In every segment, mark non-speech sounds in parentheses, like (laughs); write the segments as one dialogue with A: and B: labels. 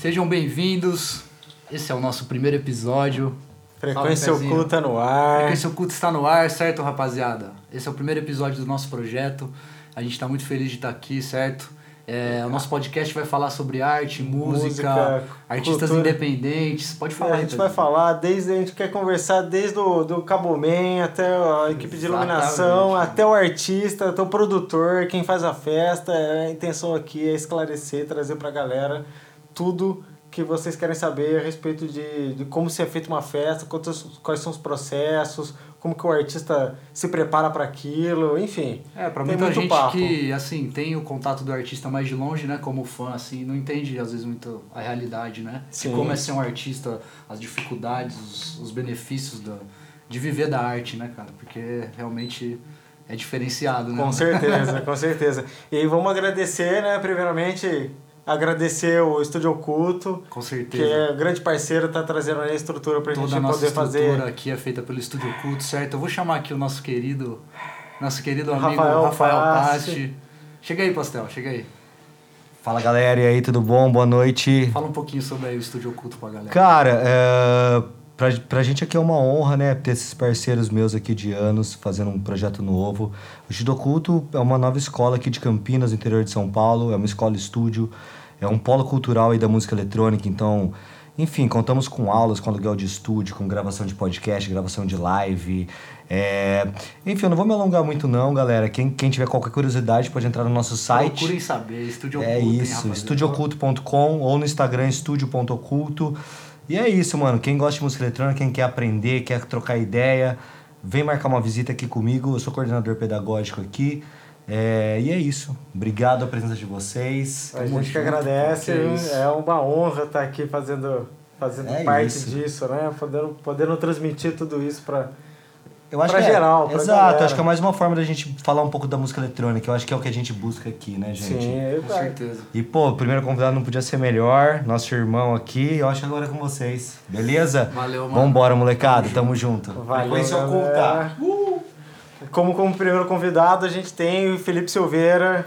A: Sejam bem-vindos. Esse é o nosso primeiro episódio.
B: Frequência
A: Fala, Pezinho.
B: oculta no ar.
A: Frequência Oculta está no ar, certo, rapaziada? Esse é o primeiro episódio do nosso projeto. A gente está muito feliz de estar aqui, certo? É, o nosso podcast vai falar sobre arte, música,
B: Música,
A: artistas
B: cultura. É,
A: independentes. Pode falar
B: A
A: aí,
B: gente vai
A: Pedro.
B: falar desde, a gente quer conversar desde o do Cabomen até a equipe de iluminação,
A: Exatamente.
B: até o artista, até o produtor, quem faz a festa. A intenção aqui é esclarecer, trazer pra galera tudo que vocês querem saber a respeito de, de como se é feita uma festa, quantos- quais são os processos, como que o artista se prepara para aquilo, enfim.
A: É, pra
B: Tem
A: muita
B: muito
A: gente
B: papo.
A: que, assim, tem o contato do artista mais de longe, né? Como fã, assim, não entende, às vezes, muito a realidade, né?
B: Sim.
A: De como é ser um artista, as dificuldades, os, os benefícios da, de viver da arte, né, cara? Porque realmente é diferenciado, né?
B: Com certeza, com certeza. E vamos agradecer, né? Primeiramente, agradecer o Estúdio Oculto,
A: Com
B: que
A: certeza.
B: é grande parceiro, tá trazendo aí a estrutura pra
A: Toda a
B: gente
A: nossa
B: poder
A: estrutura
B: fazer.
A: aqui é feita pelo Estúdio Culto, certo? Eu vou chamar aqui o nosso querido, nosso querido amigo
B: Rafael
A: Rafael,
B: Pasti.
A: Pasti. Chega aí, Pastel, chega aí.
C: Fala galera, e aí, tudo bom? Boa noite.
A: Fala um pouquinho sobre aí o Estúdio Oculto pra galera.
C: Cara, é... pra, pra gente aqui é uma honra, né? Ter esses parceiros meus aqui de anos fazendo um projeto novo. O Judoculto é uma nova escola aqui de Campinas, no interior de São Paulo. É uma escola estúdio, é um polo cultural aí da música eletrônica. Então, enfim, contamos com aulas, com aluguel de estúdio, com gravação de podcast, gravação de live. É... Enfim, eu não vou me alongar muito, não, galera. Quem, quem tiver qualquer curiosidade pode entrar no nosso site.
A: Procurem saber, Estúdio
C: É
A: Oculto, hein,
C: isso,
A: rapaziada?
C: estudioculto.com ou no Instagram estúdio.oculto. E é isso, mano. Quem gosta de música eletrônica, quem quer aprender, quer trocar ideia, vem marcar uma visita aqui comigo. Eu sou coordenador pedagógico aqui. É, e é isso. Obrigado a presença de vocês.
B: A
A: Tamo
B: gente que
A: junto,
B: agradece,
A: que é isso.
B: é uma honra estar aqui fazendo, fazendo
C: É
B: parte
C: isso.
B: disso, né? Podendo, podendo transmitir tudo isso pra.
C: Eu acho
B: Pra
C: que é-
B: geral, pra
C: Exato,
B: galera.
C: acho que é mais uma forma da gente falar um pouco da música eletrônica. Eu acho que é o que a gente busca aqui, né, gente?
B: Sim, eu- tá.
A: Com certeza.
C: E, pô, o primeiro convidado não podia ser melhor. Nosso irmão aqui. Eu acho que agora é com vocês. Beleza?
A: Valeu, mano.
C: Vambora, molecada. Tamo junto.
B: Valeu,
C: Frequência oculta.
B: galera. Como, como primeiro convidado, a gente tem o Felipe Silveira,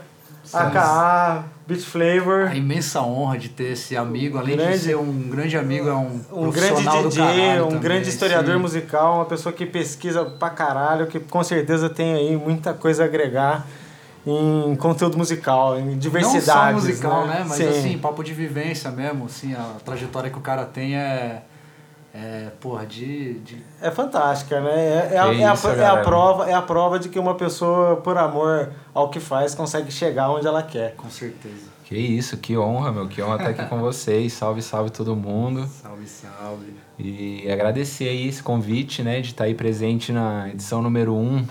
B: AKA, Beat Flavor.
A: A É imensa honra de ter esse amigo, além
B: Grande-
A: de ser um grande amigo, é um,
B: um grande
A: profissional do
B: DJ,
A: caralho
B: um
A: também, assim.
B: grande historiador
A: sim.
B: musical, uma pessoa que pesquisa pra caralho, que com certeza tem aí muita coisa a agregar em conteúdo musical, em
A: Não
B: diversidade.
A: só musical, né? Mas
B: Sim.
A: assim, papo de vivência mesmo, assim, a trajetória que o cara tem é. É, porra, de. de-
B: É fantástica, né? É, é a,
C: Que
B: é a-
C: isso,
B: é a
C: galera.
B: prova, é a prova de que uma pessoa, por amor ao que faz, consegue chegar onde ela quer.
A: com certeza.
D: Que isso, que honra, meu. Que honra estar aqui com vocês. Salve, salve todo mundo.
A: Salve, salve.
D: E agradecer aí esse convite, né, de estar aí presente na edição número 1.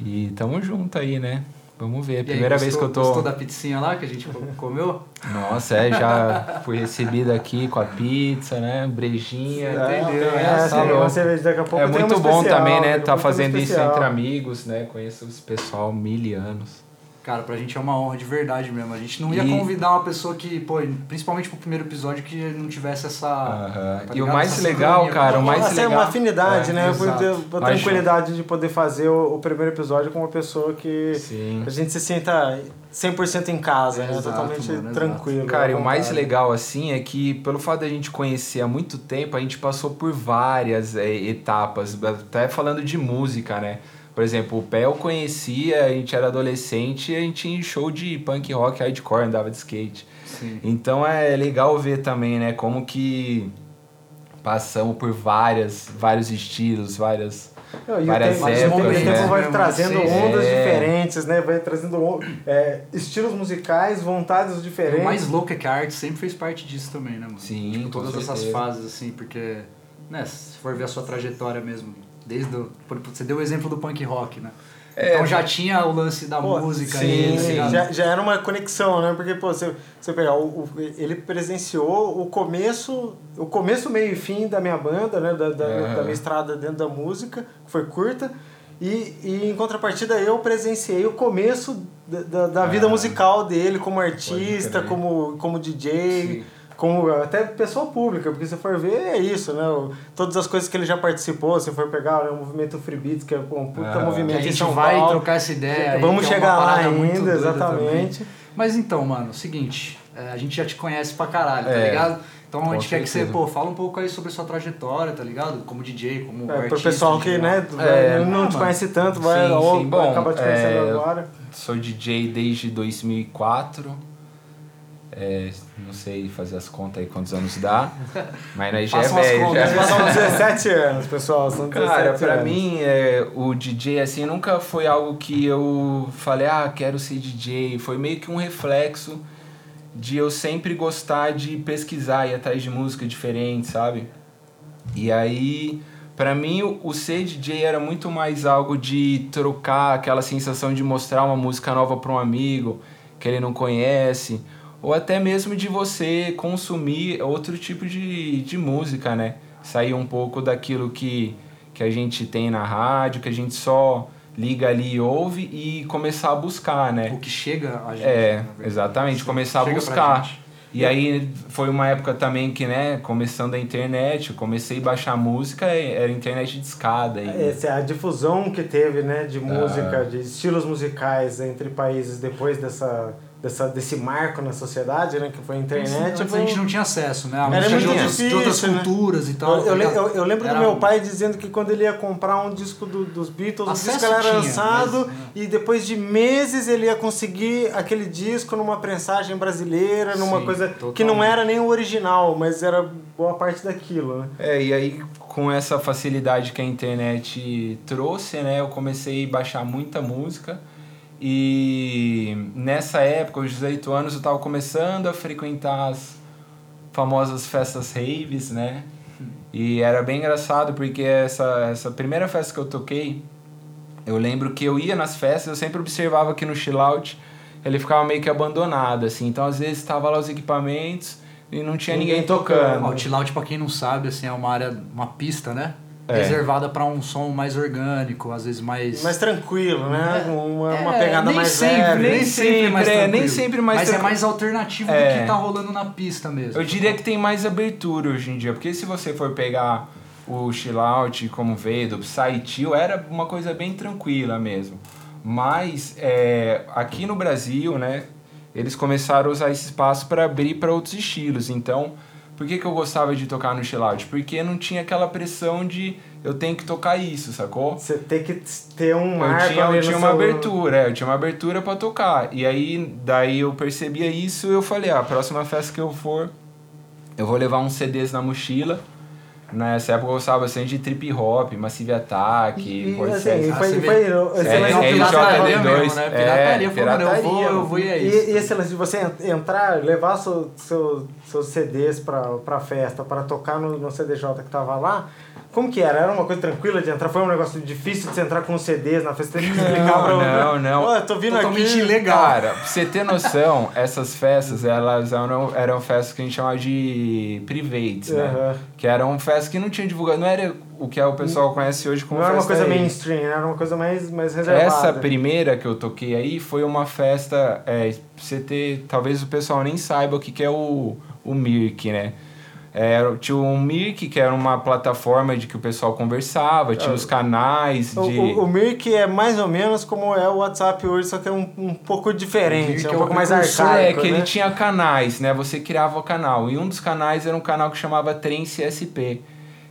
D: E tamo junto aí, né? Vamos ver.
A: E aí,
D: Primeira vez que
A: gostou-
D: eu tô.
A: Gostou da pizzinha lá que a gente
B: (laughs)
A: co- comeu?
D: Nossa, é, já fui recebido aqui com a pizza, né? Brejinha.
A: É, entendeu,
B: tem-
A: é,
B: é,
A: tá
B: tem
D: louco.
B: uma cerveja daqui a pouco
D: É
B: tem uma
D: muito bom
B: especial,
D: também, né?
B: daqui a
D: Tá
B: pouco tem uma
D: fazendo isso
B: especial.
D: entre amigos, né? Conheço esse pessoal há mil anos.
A: Cara, pra gente é uma honra de verdade mesmo. A gente não ia
D: E-
A: convidar uma pessoa que, pô, principalmente pro primeiro episódio, que não tivesse essa.
D: Aham.
A: tá
D: E o
A: ligado?
D: mais
A: Essa
D: legal,
A: sincronia.
D: cara, o mais
B: Assim, é uma
D: legal.
B: afinidade,
A: É,
B: né? Por
A: exato.
B: ter- A
D: Mas-
B: tranquilidade de poder fazer o, o primeiro episódio com uma pessoa que
D: Sim.
B: a gente se sinta 100% em casa, né?
A: Exato,
B: Totalmente
A: mano, exato.
B: tranquilo.
D: Cara, e
B: à
D: o mais
B: vontade.
D: legal, assim, é que pelo fato da gente conhecer há muito tempo, a gente passou por várias é, etapas, até falando de música, né? Por exemplo, o Pé eu conhecia, a gente era adolescente e a gente ia em show de punk rock, hardcore, andava de skate.
A: Sim.
D: Então é legal ver também, né, como que passamos por várias, vários estilos, várias...
B: Não, e o
D: várias
B: tempo,
D: épocas,
B: o tempo
D: né?
B: vai trazendo
A: Sim, sim.
B: ondas
D: É.
B: diferentes, né? Vai trazendo on- é, estilos musicais, vontades
A: E
B: diferentes.
A: O mais louco é que a arte sempre fez parte disso também, né, mano?
D: Sim,
A: Tipo,
D: com
A: todas essas
D: certeza.
A: fases, assim, porque, né, se for ver a sua trajetória mesmo, desde o, por- Você deu o exemplo do punk rock, né?
D: É.
A: então já tinha o lance da
B: Pô,
A: música
B: sim,
A: aí, tá
B: sim.
A: ligado?
B: Já, é já era uma conexão, né? Porque, pô, você, você pegar o, o- ele presenciou o começo, o começo, meio e fim da minha banda, né? Da, da,
D: Aham.
B: da minha estrada dentro da música, que foi curta. E, e em contrapartida eu presenciei o começo da, da, da vida
D: Ah.
B: musical dele como artista,
D: crer.
B: como, como DJ,
A: Sim.
B: como até pessoa pública, porque se for ver é isso, né? O- todas as coisas que ele já participou, se for pegar né, o movimento Free Beats, que é um puta
D: Ah.
A: Que
B: movimento
A: a
B: em
A: gente
B: São
A: vai
B: Paulo.
A: trocar essa ideia. aí,
B: Vamos
A: que é uma
B: chegar lá
A: parada muito
B: ainda,
A: doida
B: exatamente.
A: também. Mas então, mano, seguinte. é, a gente já te conhece pra caralho, tá
D: É.
A: ligado? Então
D: Com
A: a gente quer que você,
D: certeza.
A: pô, fala um pouco aí sobre a sua trajetória, tá ligado? Como DJ, como
B: É,
A: artista.
B: pro pessoal
A: em
B: que,
A: geral.
B: né,
D: É,
B: vai- não
A: ah,
B: te
A: mano.
B: conhece tanto, vai,
D: Sim,
B: ou
D: sim, bom,
B: acaba te conhecendo
D: é,
B: agora.
D: Sou DJ desde 2004. É, não sei fazer as contas aí quantos anos dá. Mas nós já é
A: Faça umas
D: velho.
A: contas,
D: já-
A: faça
B: São 17 anos, pessoal, são 17
D: Cara, pra
B: anos.
D: mim, é, o DJ, assim, nunca foi algo que eu falei, ah, quero ser DJ. Foi meio que um reflexo de eu sempre gostar de pesquisar e atrás de música diferente, sabe? E aí, pra mim, o, o ser DJ era muito mais algo de trocar aquela sensação de mostrar uma música nova pra um amigo que ele não conhece, ou até mesmo de você consumir outro tipo de, de música, né? Sair um pouco daquilo que, que a gente tem na rádio, que a gente só liga ali e ouve e começar a buscar, né?
A: O que chega a gente. né,
D: É,
A: assim, na verdade.
D: exatamente, começar a
A: Chega pra
D: buscar.
A: gente.
D: E aí foi uma época também que, né, começando a internet, eu comecei a baixar música, e era internet de escada. E...
B: Essa é a difusão que teve, né, de música, de estilos musicais entre países depois dessa, dessa, desse marco na sociedade, né, que foi a internet.
A: Antes
B: foi- um
A: a gente não tinha acesso, né? A
B: Era
A: música de
B: muito
A: outras, de outras
B: difícil, né?
A: culturas e tal.
B: Eu- eu,
A: tá
B: le-
A: ligado?
B: eu, eu lembro
A: Era
B: do
D: um-
B: meu pai dizendo que quando ele ia comprar um disco do- dos Beatles, o
A: Acesso
B: disco era
A: tinha,
B: lançado
A: mas, né.
B: e depois de meses ele ia conseguir aquele disco numa prensagem brasileira, numa
D: Sim,
B: coisa que
A: totalmente.
B: não era nem o original, mas era boa parte daquilo, né?
D: É, e aí com essa facilidade que a internet trouxe, né, eu comecei a baixar muita música. E nessa época, aos 18 anos, eu tava começando a frequentar as famosas festas raves, né? E era bem engraçado porque essa, essa primeira festa que eu toquei, eu lembro que eu ia nas festas, eu sempre observava que no chillout ele ficava meio que abandonado, assim. Então às vezes tava lá os equipamentos e não tinha
B: Ninguém
D: ninguém
B: tocando.
D: tocando.
A: Ó, O chillout, pra quem não sabe, assim, é uma área, uma pista, né?
D: É.
A: Reservada pra um som mais orgânico, às vezes mais...
B: Mais tranquilo, né? Uma, uma
A: É,
B: pegada
A: nem
B: mais
A: sempre,
B: leve.
A: Nem sempre, é mais
D: é,
A: tranquilo.
D: nem sempre mais
A: Mas é
D: tranquilo.
A: mais alternativo do
D: É.
A: que tá rolando na pista mesmo.
D: Eu diria que tem mais abertura hoje em dia, porque se você for pegar o chillout como veio do Psychill, era uma coisa bem tranquila mesmo. Mas é, aqui no Brasil, né, eles começaram a usar esse espaço para abrir para outros estilos. Então, por que, que eu gostava de tocar no chillout? Porque não tinha aquela pressão de eu tenho que tocar isso, sacou?
B: Você tem que ter um marco
D: eu tinha,
B: ali
D: eu
B: no
D: tinha uma
B: seu-
D: abertura, é, eu tinha uma abertura pra tocar. E aí, daí eu percebia isso eu falei, ah, a próxima festa que eu for, eu vou levar uns CDs na mochila. Nessa época eu gostava bastante de trip hop, Massive Attack,
B: E, e,
D: Voice
B: assim,
A: Ah,
B: foi,
A: você vê-
B: foi, esse
D: É,
B: lance
D: é,
B: de
D: ele
B: pirataria
D: joga ali
B: mesmo,
D: dois,
A: né?
D: é,
A: Pirataria, falou, mano, eu vou,
D: pirataria.
A: eu vou e é
B: E,
A: isso.
B: e esse lance de você en- entrar, levar seu, seu- seus CDs pra, pra festa, pra tocar no, no CDJ que tava lá, como que era? Era uma coisa tranquila de entrar? Foi um negócio difícil de você entrar com os CDs na festa? Tem que explicar pra
D: não, não.
B: Ó, eu tô vindo
A: Totalmente
B: aqui.
A: ilegal.
D: Cara, pra você ter noção, essas festas, elas eram, eram festas que a gente chamava de privates, né?
B: Aham.
D: Que eram festas que não tinham divulgado, não era o que é o pessoal conhece hoje como
B: Não era uma
D: festa
B: coisa
D: rave.
B: mainstream, né? era uma coisa mais, mais reservada.
D: Essa primeira que eu toquei aí foi uma festa. É, pra você ter, talvez o pessoal nem saiba o que, que é o, o Mirk, né? Era, tinha um Mirk, que era uma plataforma de que o pessoal conversava, tinha os canais de.
B: Ah, O, o, o Mirk é mais ou menos como é o WhatsApp hoje, só que é um, um pouco diferente,
A: Mirk
B: é um
A: é o
B: pouco mais
A: precursor,
B: arcaico.
D: é, que
B: né?
D: ele tinha canais, né? Você criava o canal. E um dos canais era um canal que chamava Trance SP,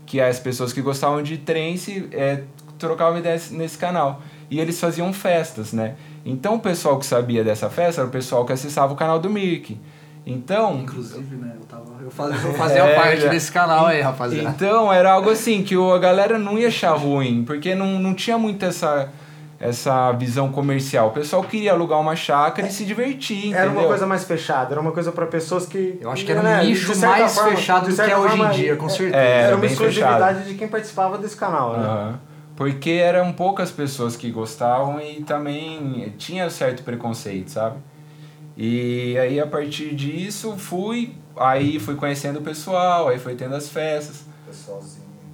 D: que as pessoas que gostavam de trance é, trocavam ideias nesse canal. E eles faziam festas, né? Então o pessoal que sabia dessa festa era o pessoal que acessava o canal do Mirk. Então,
A: Inclusive, né? Eu, tava, eu fazia, eu fazia
D: É,
A: parte
D: já.
A: desse canal aí, rapaziada.
D: Então, era algo assim que o- a galera não ia achar ruim, porque não, não tinha muito essa, essa visão comercial. O pessoal queria alugar uma chácara e se divertir,
B: Era uma
D: entendeu?
B: coisa mais fechada, era uma coisa pra pessoas que.
A: Eu acho que era um
B: né, de
A: nicho
B: certa
A: mais
B: forma-
A: fechado
B: de
A: do que é
B: certa
A: hoje em
B: forma,
A: dia, com
B: é-
A: certeza.
D: É,
B: Era uma
D: bem
B: exclusividade
D: fechado.
B: de quem participava desse canal, né?
D: Aham. Porque eram poucas pessoas que gostavam e também tinha certo preconceito, sabe? E aí a partir disso fui, aí fui conhecendo o pessoal, aí fui tendo as festas.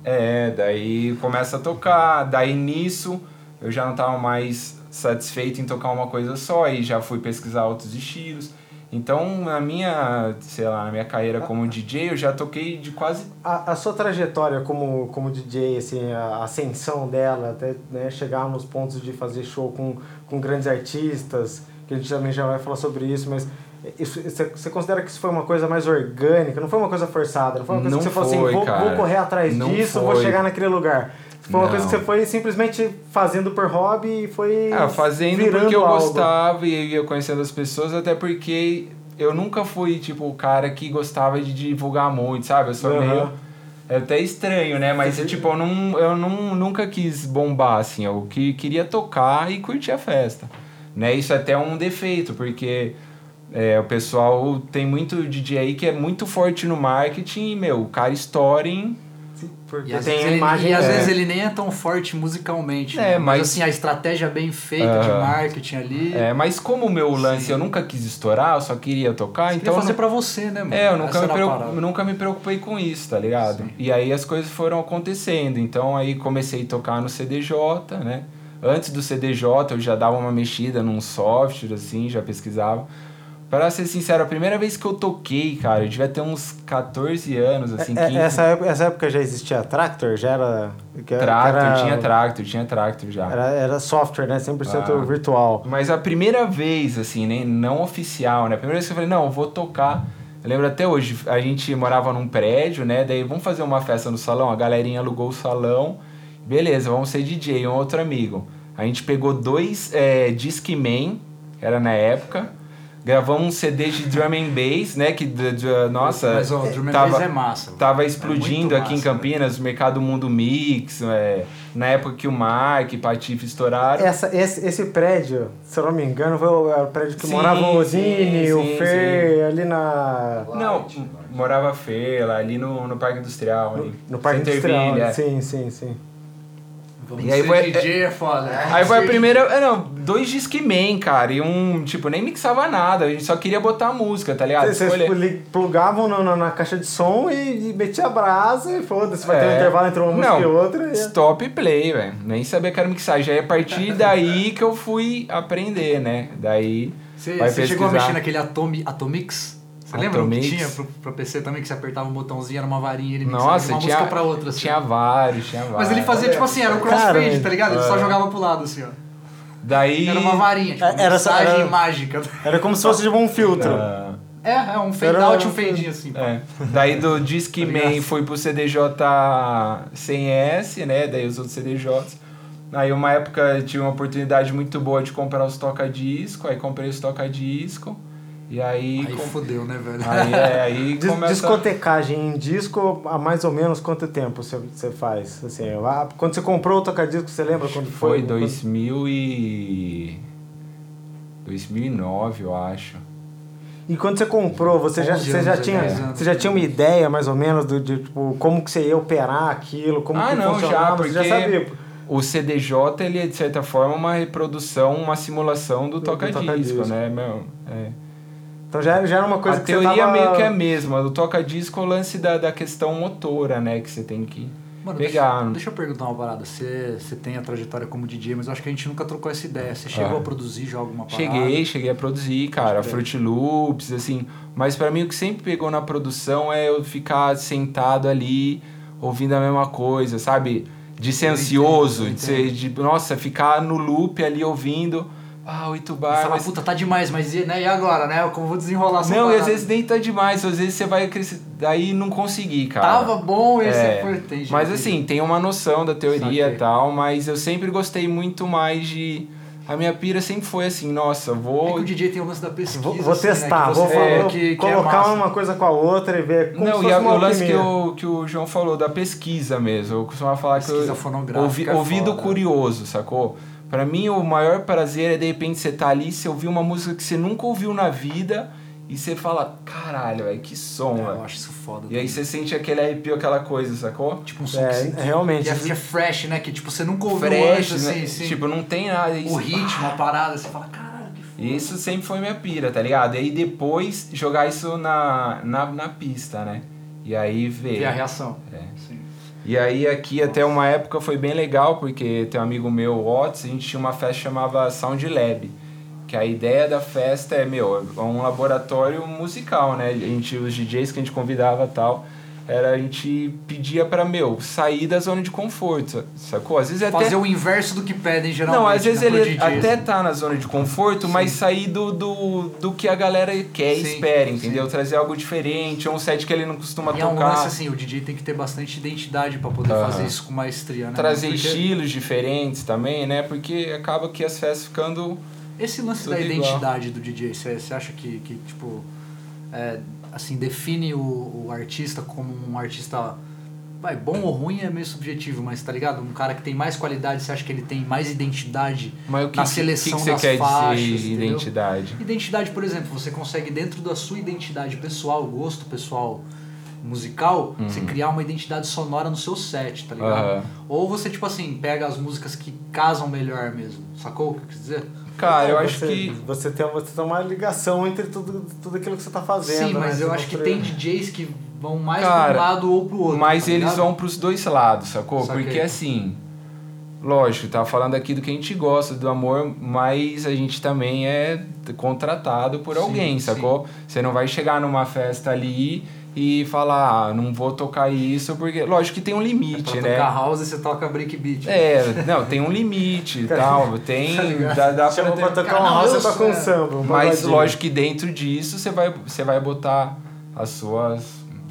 D: É, daí começa a tocar, daí nisso eu já não tava mais satisfeito em tocar uma coisa só e já fui pesquisar outros estilos. Então, na minha, sei lá, na minha carreira como DJ, eu já toquei de quase
B: A, a sua trajetória como, como DJ, assim, a ascensão dela, até né, chegar nos pontos de fazer show com, com grandes artistas, que a gente também já vai falar sobre isso, mas isso- Você você considera que isso foi uma coisa mais orgânica? Não foi uma coisa forçada? Não foi uma coisa
D: Não
B: que você falou
D: foi,
B: assim, vou, vou
D: cara.
B: correr atrás
D: Não
B: disso, vou
D: foi.
B: chegar naquele lugar. Foi uma
D: Não.
B: coisa que você foi simplesmente fazendo por hobby e foi.
D: Ah, fazendo
B: virando
D: porque eu
B: algo.
D: gostava e ia conhecendo as pessoas, até porque eu nunca fui, tipo, o cara que gostava de divulgar muito, sabe? Eu sou
B: Aham.
D: meio. É até estranho, né? Mas, tipo, eu, não, eu não, nunca quis bombar, assim. Eu que, queria tocar e curtir a festa. Né? Isso até é um defeito, porque é, o pessoal tem muito DJ aí que é muito forte no marketing e, meu, o cara estoura em
B: Porque
A: E às,
B: tem
A: vezes
B: a
A: ele,
B: imagem.
A: e às
B: É.
A: vezes ele nem é tão forte musicalmente.
D: É,
A: né? mas,
D: mas-
A: assim, a estratégia bem feita de
D: Aham.
A: marketing ali.
D: É, mas como o meu lance
A: Sim.
D: eu nunca quis estourar, eu só queria tocar,
A: Você
D: então.
A: queria
D: eu
A: fazer
D: não-
A: pra você, né, mano?
D: É, eu nunca
A: Essa
D: me,
A: era a
D: preo-
A: parada.
D: nunca me preocupei com isso, tá ligado? E aí as coisas foram acontecendo. Então aí comecei a tocar no CDJ, né? Antes do CDJ eu já dava uma mexida num software, assim, já pesquisava. Pra ser sincero, a primeira vez que eu toquei, cara, eu devia ter uns 14 anos, assim,
B: É,
D: 15.
B: essa, época, essa época já existia Tractor? Já era. que era-
D: Tractor,
B: que era-
D: tinha Tractor, tinha Tractor já.
B: Era, era software, né? 100%
D: Ah.
B: virtual.
D: Mas a primeira vez, assim, né? Não oficial, né? A primeira vez que eu falei, não, eu vou tocar. Eu lembro até hoje, a gente morava num prédio, né? Daí vamos fazer uma festa no salão. A galerinha alugou o salão. Beleza, vamos ser DJ, um outro amigo. A gente pegou dois é, Discman, era na época. Gravamos um CD de drum and bass, né? Que, d- d- nossa, eh,
A: Mas ó, o Drum and
D: tava- tá.
A: Bass é massa. mano.
D: Tava explodindo
A: muito
D: aqui em
A: massa, né?
D: Campinas, o mercado Mundo Mix, é, na época que o Mark e Patife estouraram.
B: Essa, esse, esse prédio, se eu não me engano, foi o, era o prédio que
D: Sim,
B: morava o
D: sim,
B: Zini,
D: sim,
B: o Fer, ali na.
D: Não, morava feia lá, ali no, no Parque Industrial.
B: No,
D: ali.
B: no Parque
D: Center
B: Industrial. né?
D: Ville, é.
B: Sim, sim, sim.
A: Vamos
D: E aí
A: ser
D: foi-
A: DJ é foda.
D: Aí foi a primeira. é, Não, dois Discman, cara. E um, tipo, nem mixava nada. A gente só queria botar a música, tá ligado?
B: Vocês
D: Escolher-
B: li- plugavam na, na, na caixa de som e, e metia a brasa e foda-se, vai ter um
D: É.
B: intervalo entre uma música
D: Não,
B: e outra. E... é.
D: Stop play, velho. Nem sabia que era mixagem. Já é a partir daí que eu fui aprender, né? Daí.
A: Você,
D: vai
A: você chegou a
D: pesquisar.
A: mexer naquele Atomi, Atomix? Você lembra
D: Atomix.
A: que tinha pro, pro PC também, que você apertava um botãozinho, era uma varinha, ele mixava de
D: Nossa,
A: uma
D: tinha,
A: música pra outra, assim.
D: tinha vários, tinha vários.
A: Mas ele fazia, tipo assim, era um
B: Cara,
A: crossfade,
B: velho.
A: tá ligado? Ele
D: é.
A: só jogava pro lado, assim, ó.
D: Daí.
A: Era uma varinha, tipo,
B: Era- era só-
A: mensagem
B: era-
A: mágica. (laughs)
B: Era como se fosse de um filtro.
D: Ah.
A: É, é um fade
B: Era-
A: out e um fade in, assim.
D: É. Daí do
B: Tá
D: Discman fui pro CDJ 100S, né? Daí os outros CDJs. Aí uma época eu tive uma oportunidade muito boa de comprar os toca-disco, aí comprei os toca-disco. E aí.
A: Aí
D: com-
A: fodeu, né, velho?
D: aí, é,
B: (laughs)
D: aí
B: Dis-
D: começa...
B: Discotecagem em disco, há mais ou menos quanto tempo você- você faz? Assim, lá- quando você comprou o toca-disco, você lembra quando foi?
D: Foi 2000 e... 2009, eu acho.
B: E quando você comprou, você já,
A: 11
B: você, já
A: anos,
B: tinha,
A: 10 anos.
B: você já tinha uma ideia mais ou menos do, de tipo, como que você ia operar aquilo, como
D: Ah,
B: que
D: não, já,
B: funcionava,
D: porque
B: você já sabia.
D: o CDJ, ele é, de certa forma, uma reprodução, uma simulação
B: Do-
D: do
B: do
D: toca-disco,
B: toca-disco.
D: né? Meu, é.
B: Então já, já era uma coisa
D: a
B: que
D: teoria
B: você tava...
D: meio que é a mesma. O toca-disco é o lance da, da questão motora, né? Que você tem que
A: (laughs) Mano,
D: pegar. né?
A: Deixa, deixa eu perguntar uma parada. Você, você tem a trajetória como DJ, mas eu acho que a gente nunca trocou essa ideia. Você chegou
D: Ah.
A: a produzir já alguma parada?
D: Cheguei, cheguei a produzir, cara,
A: é.
D: Fruit Loops, assim. Mas pra mim o que sempre pegou na produção é eu ficar sentado ali, ouvindo a mesma coisa, sabe? De ser
A: Eu
D: ansioso,
A: entendo, eu
D: de, ser, de, nossa, ficar no loop ali ouvindo. Ah, oito
A: E
D: bar.
A: falar,
D: mas-
A: puta, tá demais, mas e, né, e agora, né? Como eu vou desenrolar essa
D: Não, e
A: parada?
D: às vezes nem tá demais, às vezes você vai crescer. Daí não consegui, cara.
A: Tava bom e
D: É,
A: você foi... Entendi,
D: Mas
A: entendi.
D: assim, tem uma noção da teoria e
A: né? Saquei.
D: tal, mas eu sempre gostei muito mais de. A minha pira sempre foi assim, nossa,
A: É que
D: vou.
A: o DJ tem o lance da pesquisa.
B: Vou, vou
A: assim, né,
B: testar,
A: que
B: vou,
A: você-
B: falar,
A: é,
B: vou
A: que- que é
B: colocar
A: massa.
B: uma coisa com a outra e ver como
D: Não,
B: se
D: e
B: fosse
D: a-
B: uma
D: o lance que,
B: alquimia.
D: o- que o João falou da pesquisa mesmo. Eu costumava falar que.
A: Pesquisa
D: eu-
A: fonográfica
D: ouvi-
A: é
D: ouvido
A: foda.
D: curioso, sacou? Pra mim, o maior prazer é de repente você tá ali, você ouvir uma música que você nunca ouviu na vida e você fala, caralho, velho, que som,
A: É, eu
D: velho.
A: acho isso foda.
D: E aí você sente aquele arrepio, aquela coisa, sacou?
A: Tipo um som que,
B: É,
A: se-
B: realmente.
A: que é,
D: assim,
A: que é fresh, né? Que tipo, você nunca ouviu
D: Fresh,
A: antes, assim,
D: né?
A: sim.
D: Tipo, não tem nada.
A: o
D: isso-
A: ritmo, a parada, você fala, caralho, que foda.
D: E isso sempre foi minha pira, tá ligado? E aí depois jogar isso na, na, na pista, né? E aí ver.
A: E a reação.
D: É.
A: Sim.
D: E aí aqui até uma época foi bem legal, porque tem um amigo meu, o Otis, a gente tinha uma festa que chamava Sound Lab. Que a ideia da festa é, meu, é um laboratório musical, né? A gente, os DJs que a gente convidava e tal. Era a gente pedia pra, meu, sair da zona de conforto, sacou? Às vezes até.
A: Fazer o inverso do que pedem geralmente.
D: Não, às vezes
A: né, pro
D: ele
A: DJ.
D: até tá na zona de conforto, mas sair do, do, do que a galera quer e
A: Sim,
D: espera,
A: sim.
D: entendeu? Trazer algo diferente, um set que ele não costuma
A: E é um
D: tocar.
A: lance assim, o DJ tem que ter bastante identidade pra poder
D: Aham.
A: fazer isso com maestria, né?
D: trazer
A: Porque
D: estilos diferentes também, né? Porque acaba que as festas ficando.
A: Esse lance
D: Tudo
A: da
D: igual.
A: identidade do DJ, você você acha que, que tipo, é, assim, define o, o artista como um artista... Vai, bom ou ruim é meio subjetivo, mas tá ligado? Um cara que tem mais qualidade, você acha que ele tem mais identidade
D: Mas o que,
A: Na
D: que-
A: seleção
D: que, que você
A: das
D: quer
A: faixas,
D: dizer
A: entendeu?
D: identidade?
A: Identidade, por exemplo, você consegue dentro da sua identidade pessoal, gosto pessoal musical, você criar uma identidade sonora no seu set, tá ligado?
D: Uhum. Aham.
A: Ou você, tipo assim, pega as músicas que casam melhor mesmo, sacou o que eu quis dizer?
D: Cara,
A: Então,
D: eu
B: É,
D: acho
B: você-
D: que.
B: Você tem, você tem uma ligação entre tudo, tudo aquilo que você tá fazendo.
A: Sim,
B: né?
A: mas
B: Você
A: eu acho que tem
B: construiu-
A: DJs que vão mais
D: Cara,
A: pra um lado ou pro outro.
D: Mas
A: tá
D: eles
A: ligado?
D: vão pros dois lados, sacou?
A: Saquei.
D: Porque assim. Lógico, tá falando aqui do que a gente gosta, do amor, mas a gente também é contratado por
A: Sim,
D: alguém, sacou? Você não vai chegar numa festa ali e falar, ah, não vou tocar isso, porque. Lógico que tem um
A: É Pra
D: limite,
A: tocar
D: né?
A: house, você toca breakbeat.
D: É, não, tem um limite
A: (laughs) Tá
D: e tal. Tem. dá, dá pra
B: Chama
D: ter- né?
B: pra tocar
A: Cara,
B: uma
A: não,
B: house,
A: eu
B: você tá
A: sou-
B: com samba. um
D: Mas
B: pagodinho.
D: lógico que dentro disso você vai, você vai botar as suas.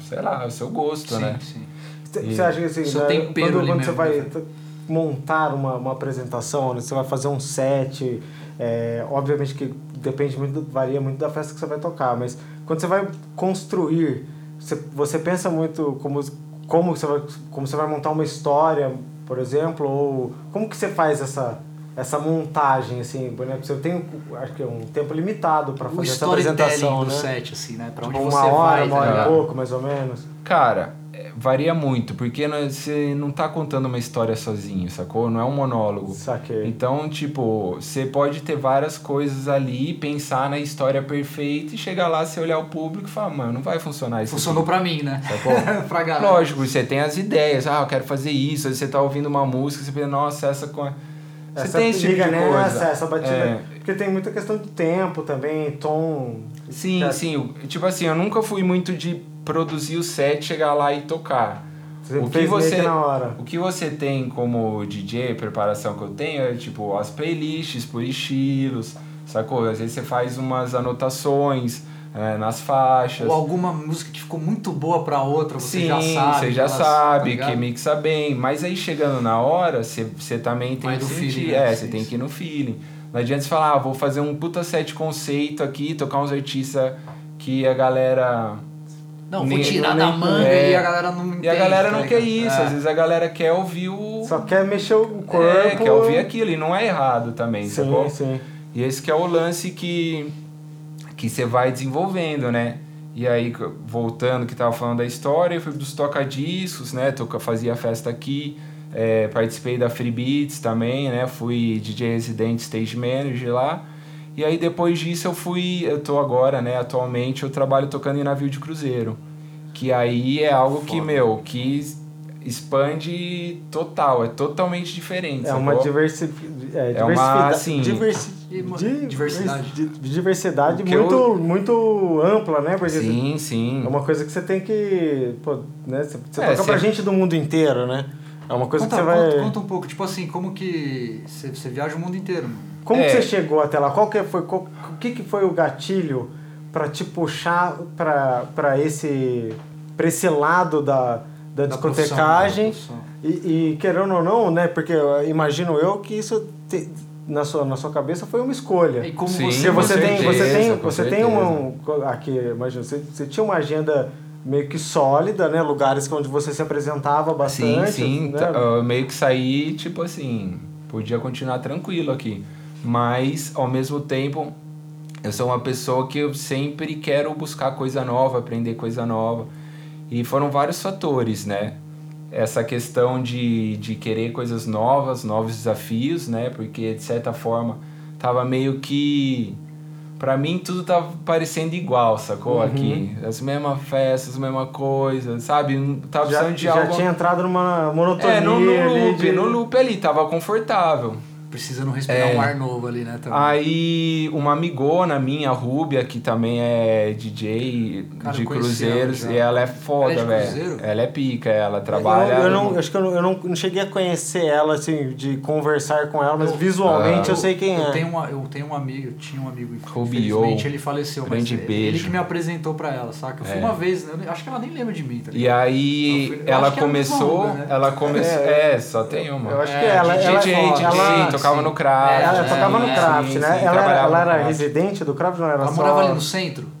D: Sei lá, o seu gosto,
A: sim,
D: né?
A: sim.
B: Você você acha que assim,
A: Seu
B: né,
A: é um tempero
B: quando,
A: ali
B: quando você
A: mesmo,
B: vai
A: né?
B: t- montar uma, uma apresentação, né, você vai fazer um set, é, obviamente que depende muito, do- varia muito da festa que você vai tocar, mas quando você vai construir, você, você pensa muito como, como, você vai, como você vai montar uma história, por exemplo, ou como que você faz essa essa montagem assim, por exemplo, você tem acho que é um tempo limitado para
A: O
B: fazer essa
A: storytelling
B: apresentação,
A: do
B: né?
A: set, assim, né? Pra onde
B: Tipo,
A: você
B: uma hora,
A: vai,
B: uma
A: tá
B: hora e
A: ligado?
B: pouco, mais ou menos.
D: Cara, é, varia muito, porque não- você não tá contando uma história sozinho, sacou? Não é um monólogo.
B: Saquei.
D: Então, tipo, você pode ter várias coisas ali, pensar na história perfeita e chegar lá, você olhar o público e falar, mano, não vai funcionar isso. aqui",
A: Funcionou pra mim, né?
D: Sacou?
A: (laughs) pra galera.
D: Lógico, você tem as ideias, ah, eu quero fazer isso, aí você tá ouvindo uma música, você pensa, nossa, essa. co- Você
B: Essa
D: tem esse tipo de
B: liga
D: coisa.
B: nessa, essa batida.
D: É.
B: Porque tem muita questão de tempo também, tom. Tá?
D: Sim,
B: Cara,
D: sim. o- Tipo assim, eu nunca fui muito de produzir o set, chegar lá e tocar.
B: Você
D: o que
B: fez meio
D: você-
B: que na hora.
D: O que você tem como DJ, preparação que eu tenho, é tipo as playlists por estilos, sacou? Às vezes você faz umas anotações é, nas faixas.
A: Ou alguma música que ficou muito boa pra outra, você
D: Sim,
A: já sabe.
D: você já
A: elas- tá
D: sabe
A: ligado?
D: que mixa bem, mas aí chegando na hora, você, você também tem
A: Vai
D: que
A: no
D: sentir,
A: feeling, né?
D: é,
A: Sim,
D: você tem
A: sim.
D: que ir no feeling. Não adianta você falar, ah, vou fazer um puta set conceito aqui, tocar uns artistas que a galera
A: Não, vou
D: Nem-
A: tirar
D: nem-
A: da manga
D: é.
A: e a galera não entende.
D: E a galera não
A: tá
D: quer
A: ligado?
D: isso,
A: É.
D: às vezes a galera quer ouvir o.
B: Só quer mexer o corpo.
D: É, quer ouvir aquilo, e não é errado também,
B: Sim,
D: sacou?
B: sim.
D: E esse que é o lance que que você vai desenvolvendo, né? E aí, c- voltando que tava falando da história, eu fui dos toca-discos, né? Toca, fazia festa aqui, é, participei da Free Beats também, né? Fui DJ residente, stage manager lá. E aí, depois disso, eu fui... Eu tô agora, né? Atualmente, eu trabalho tocando em navio de cruzeiro. Que aí é algo que, meu, que expande total. É totalmente diferente,
B: É uma
D: sacou?
B: diversi... é,
D: É uma,
B: diversida-
D: assim,
B: diversi-
A: E uma
B: di-
A: diversidade.
B: di- diversidade
D: O que
B: muito,
D: eu-
B: muito ampla, né? Porque
D: Sim, sim.
B: é uma coisa que você tem que. Pô, né? Você, você
D: É,
B: toca pra
D: você- Então tá,
B: gente do mundo inteiro, né? É uma coisa
A: Conta,
B: que você vai.
A: conta, conta um pouco, tipo assim, como que você você viaja o mundo inteiro, mano.
B: Como
D: É.
B: que você chegou até lá? Qual que foi, qual- o que, que foi o gatilho para te puxar para esse, pra esse lado da,
A: Da
B: da, discotecagem?
A: profissão, né? da profissão.
B: E, e querendo ou não, né? Porque eu imagino eu que isso te- na, sua, na sua cabeça foi uma escolha.
A: E como
D: Sim,
A: você,
B: Porque
D: com
B: você tem,
D: certeza,
B: você tem,
D: com
B: você tem
D: certeza.
B: uma. um- Aqui, imagina, você, você tinha uma agenda meio que sólida, né? Lugares onde você se apresentava
D: Sim,
B: bastante.
D: sim.
B: né?
D: tá- Eu meio que saí, tipo assim, podia continuar tranquilo aqui. Mas, ao mesmo tempo, eu sou uma pessoa que eu sempre quero buscar coisa nova, aprender coisa nova. E foram vários fatores, né? Essa questão de, de querer coisas novas, novos desafios, né? Porque, de certa forma, tava meio que... Pra mim, tudo tava parecendo igual, sacou?
B: Uhum.
D: Aqui. As mesmas festas, as mesmas coisas, sabe? Não- Tava
B: já,
D: precisando de
B: já
D: algo...
B: tinha entrado numa monotonia.
D: É, no, no
B: ali
D: loop,
B: de-
D: no loop ali, tava confortável.
A: precisando respirar
D: É. Ah,
A: um ar novo ali, né?
B: Tá.
A: Também.
D: Aí, uma amigona minha, a Rúbia, que também é DJ
A: Cara,
D: de
A: eu conheci
D: cruzeiros,
A: ela já.
D: e ela é foda,
A: Ela é de
D: velho.
A: cruzeiro?
D: Ela é pica, ela trabalha.
B: Eu, eu não, acho que eu não, eu não- não cheguei a conhecer ela, assim, de conversar com ela, mas
A: Eu-
B: visualmente eu, sei quem
A: eu
B: é.
A: Tenho uma, eu tenho um amigo, eu tinha um amigo,
D: Rubiou.
A: infelizmente ele faleceu, mas
D: Grande
A: ele,
D: beijo.
A: ele que me apresentou pra ela, saca? Eu fui
D: É.
A: uma vez, eu nem- acho que ela nem lembra de mim, tá
D: E
A: ligado?
D: aí,
A: Eu fui- eu
D: ela
A: acho que é a mesma
D: começou.
A: Rúbia, né?
D: Ela começou. É, só tem uma.
B: Eu acho
A: É,
B: que ela,
A: DJ,
B: ela,
D: DJ,
B: ela,
D: DJ, tocava no craft.
A: É,
B: ela
A: né?
B: tocava no
A: É,
B: craft,
D: sim,
B: né?
D: sim,
B: ela era,
D: trabalhava
B: ela
D: no
B: era
D: craft.
B: residente do craft, não era
A: Ela
B: só...
A: morava ali no centro?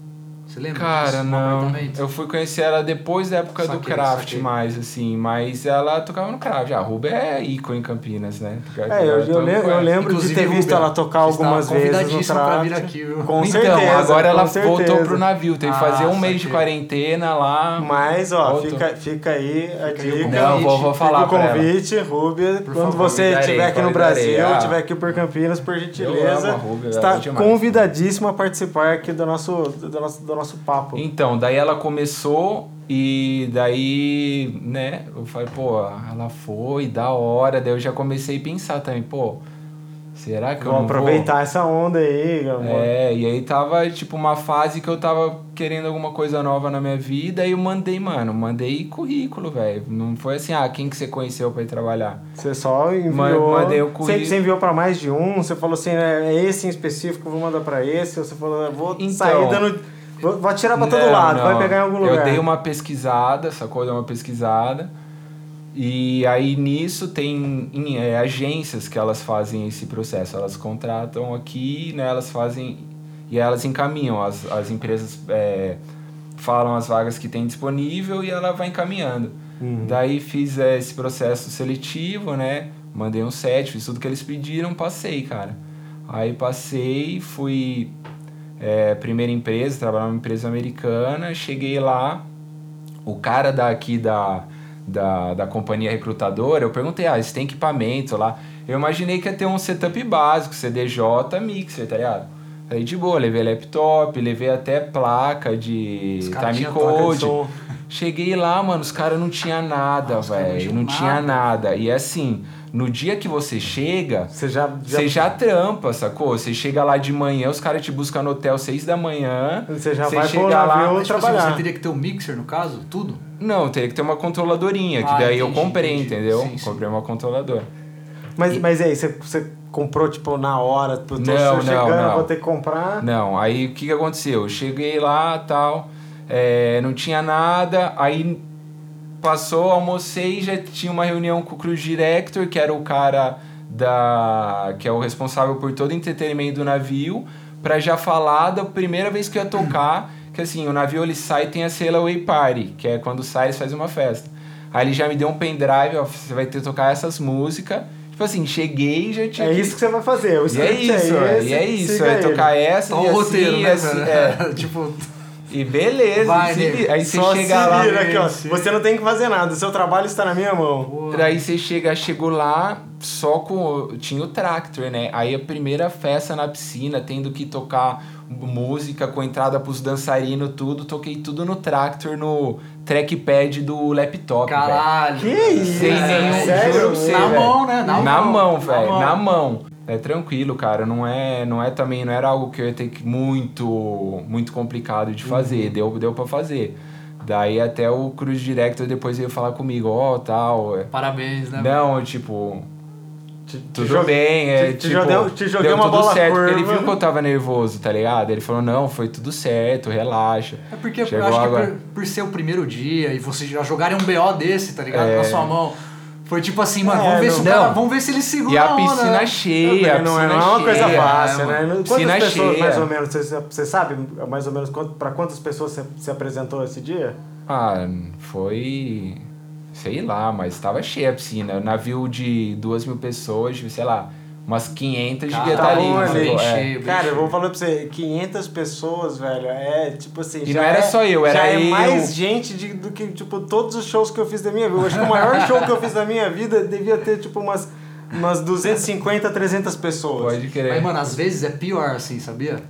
A: Você lembra?
D: Cara,
A: disso? No
D: não.
A: apartamento?
D: Eu fui conhecer ela depois da época do
A: Saquei,
D: craft,
A: saquei.
D: mais assim. Mas ela tocava no craft. A Rubia é ícone em Campinas, né?
B: É, eu, eu,
D: Todo mundo
B: lem- eu
D: conhece.
B: lembro de ter
A: Inclusive,
B: visto
A: Rubia,
B: ela tocar
A: você estava
B: algumas vezes no
A: convidadíssima pra vir
B: craft.
A: aqui, viu?
B: Com
D: então,
B: certeza,
D: agora ela
B: com
D: voltou
B: certeza.
D: pro navio. Tem que
A: Ah,
D: fazer um mês de
A: saquei.
D: quarentena lá.
B: Mas, ó,
D: Voltou.
B: fica, fica aí a
A: Fica aí o
B: dica.
A: convite. Não,
D: vou- vou
B: Fica
D: falar
B: o
D: pra ela.
B: convite, Rubia.
A: Por
B: Quando
A: favor,
B: você
D: convidarei,
B: estiver aqui no
D: convidarei.
B: Brasil,
D: Ah.
B: estiver aqui por Campinas, por gentileza,
D: amo a Rubia, ela
B: está
D: é demais.
B: convidadíssima a participar aqui do nosso, do nosso, do nosso papo.
D: Então, daí ela começou e daí, né, eu falei, pô, ela foi, da hora. Daí eu já comecei a pensar também, pô, será que eu
B: Vamos
D: não vou?
B: aproveitar essa onda aí, amor.
D: É, e aí tava, tipo, uma fase que eu tava querendo alguma coisa nova na minha vida e eu mandei, mano, mandei currículo, velho. Não foi assim, ah, quem que você conheceu pra ir trabalhar?
B: Você só enviou.
D: Ma- mandei o
B: você,
D: currículo.
B: você enviou pra mais de um, você falou assim, é esse em específico, vou mandar pra esse, ou você falou, "Ah, vou
D: Então.
B: sair dando. Vou, vou atirar pra todo
D: Não,
B: lado,
D: não.
B: vai pegar em algum lugar.
D: Eu dei uma pesquisada, sacou? Eu dei uma pesquisada. E aí nisso tem em, é, agências que elas fazem esse processo. Elas contratam aqui, né? Elas fazem. E elas encaminham. As, as empresas é, falam as vagas que tem disponível e ela vai encaminhando.
B: Uhum.
D: Daí fiz é, esse processo seletivo, né? Mandei um set, fiz tudo que eles pediram, passei, cara. Aí passei, fui é, primeira empresa, trabalhava numa empresa americana, cheguei lá, o cara daqui da, da, da companhia recrutadora, eu perguntei, ah, eles têm equipamento lá? Eu imaginei que ia ter um setup básico, CDJ, mixer, tá ligado? Aí de boa, levei laptop, levei até placa de
A: Os caras
D: time
A: tinham placa de
D: code.
B: som.
D: (laughs) Cheguei lá, mano, os caras não tinha nada,
A: Ah, os caras não
D: velho.
A: tinham
D: Não tinha
A: nada.
D: nada. E assim, no dia que você chega,
B: Você já. já-
D: você já trampa, sacou? Você chega lá de manhã, os caras te buscam no hotel seis da manhã.
B: Você já vai pro
D: chega lá.
B: navio.
A: Mas, tipo assim,
B: trabalhar.
A: você teria que ter um mixer, no caso? Tudo?
D: Não, teria que ter uma controladorinha, que
A: Ah,
D: daí eu
A: entendi,
D: comprei,
A: entendi.
D: entendeu?
A: Sim, sim.
D: Comprei uma controladora.
B: Mas, mas e aí, você, você comprou, tipo, na hora, tô, tô
D: Não,
B: chegando,
D: não, não.
B: vou ter que comprar.
D: Não, aí o que, que aconteceu? Eu cheguei lá tal, é, não tinha nada, aí passou, almocei, já tinha uma reunião com o Cruz Director, que era o cara da. que é o responsável por todo o entretenimento do navio, pra já falar da primeira vez que eu ia tocar, que assim, o navio ele sai e tem a Sailaway Party, que é quando sai eles fazem uma festa. Aí ele já me deu um pendrive, ó, você vai ter que tocar essas músicas. Tipo assim, cheguei e já tinha.
B: É
D: que-
B: isso que você vai fazer. O
D: e é
B: script
D: isso,
B: é
D: é,
B: esse.
D: e é isso,
B: siga
D: é
B: ele.
D: tocar essa
A: Só
D: e
A: o
D: assim,
A: roteiro,
D: e
A: né,
D: assim, é.
A: cara? (laughs) tipo,
D: E beleza,
A: Vai,
D: se
A: nego.
D: li- aí você
B: Só se
D: chega lá,
B: vira aqui, ó.
A: sim.
B: Você não tem que fazer nada, o seu trabalho está na minha mão.
D: Daí você chega, chegou lá só com. o- Tinha o Tractor, né? Aí a primeira festa na piscina, tendo que tocar música com entrada pros dançarinos, tudo. Toquei tudo no Tractor, no trackpad do laptop. velho.
A: caralho.
B: Que isso?
D: Sem
A: cara,
D: nenhum.
B: sério?
D: Juro pra você,
A: Na
D: velho.
A: mão, né? Na,
D: Na mão, velho.
A: mão.
D: Na mão. É tranquilo, cara. Não é, não é também, não era algo que eu ia ter que muito, muito complicado de
B: Uhum.
D: fazer. Deu, deu para fazer. Daí até o Cruz Director depois veio falar comigo, ó, tal. é.
A: Parabéns, né?
D: Não, tipo,
B: Te- te
D: tudo
B: jo-
D: bem, é,
B: te- te
D: tipo,
B: joguei- um- te joguei
D: deu
B: uma
D: tudo
B: bola
D: certo.
B: curva.
D: Ele viu que eu tava nervoso, tá ligado? Ele falou, não, foi tudo certo, relaxa.
A: É porque eu
D: Chegou
A: acho
D: agora.
A: que por, por ser o primeiro dia e vocês já jogarem um BO desse, tá ligado? Na sua mão. Foi tipo assim, mano,
B: É,
A: vamos ver se o
D: É. não.
A: cara, vamos ver se ele segura
D: E a
A: onda,
D: piscina
A: né?
D: cheia, a piscina
B: não é, não é uma coisa
D: assim, cheia,
B: fácil, né?
D: mano.
B: Quantas
D: Piscina
B: pessoas,
D: cheia.
B: mais ou menos, você, você sabe mais ou menos quanto, pra quantas pessoas você se apresentou esse dia?
D: Ah, foi. Sei lá, mas tava cheia a piscina. Navio de duas mil pessoas, sei lá, umas 500 devia
A: Tá
D: estar ali.
A: bom,
D: não sei
A: bem
D: qual, é.
A: cheio.
B: Cara, eu vou falar pra você, 500 pessoas, velho, é tipo assim...
D: E
B: já
D: não era
B: é-
D: só eu, era
B: já é
D: eu.
B: mais gente de- do que, tipo, todos os shows que eu fiz da minha vida. Eu acho que o
A: (laughs)
B: maior show que eu fiz da minha vida devia ter, tipo, umas, umas 250, 300 pessoas.
D: Pode querer.
A: Mas, mano, às vezes é pior assim, sabia?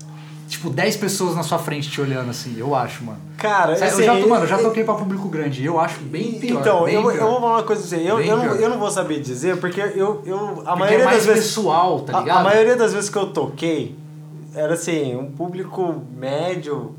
A: tipo, 10 pessoas na sua frente te olhando assim, eu acho, mano.
B: Cara,
A: Sabe,
B: assim,
A: eu já,
B: é-
A: tô- mano, eu já
B: é-
A: toquei pra público grande, eu acho bem pior.
B: Então,
A: bem
B: eu, vou-
A: pior.
B: eu vou falar uma coisa pra você. Eu,
A: Bem
B: eu, não,
A: pior.
B: eu não vou saber dizer, porque eu, eu a
A: Porque
B: maioria
A: é mais
B: das vezes.
A: pessoal, tá
B: a-
A: ligado?
B: A, maioria das vezes que eu toquei era assim, um público médio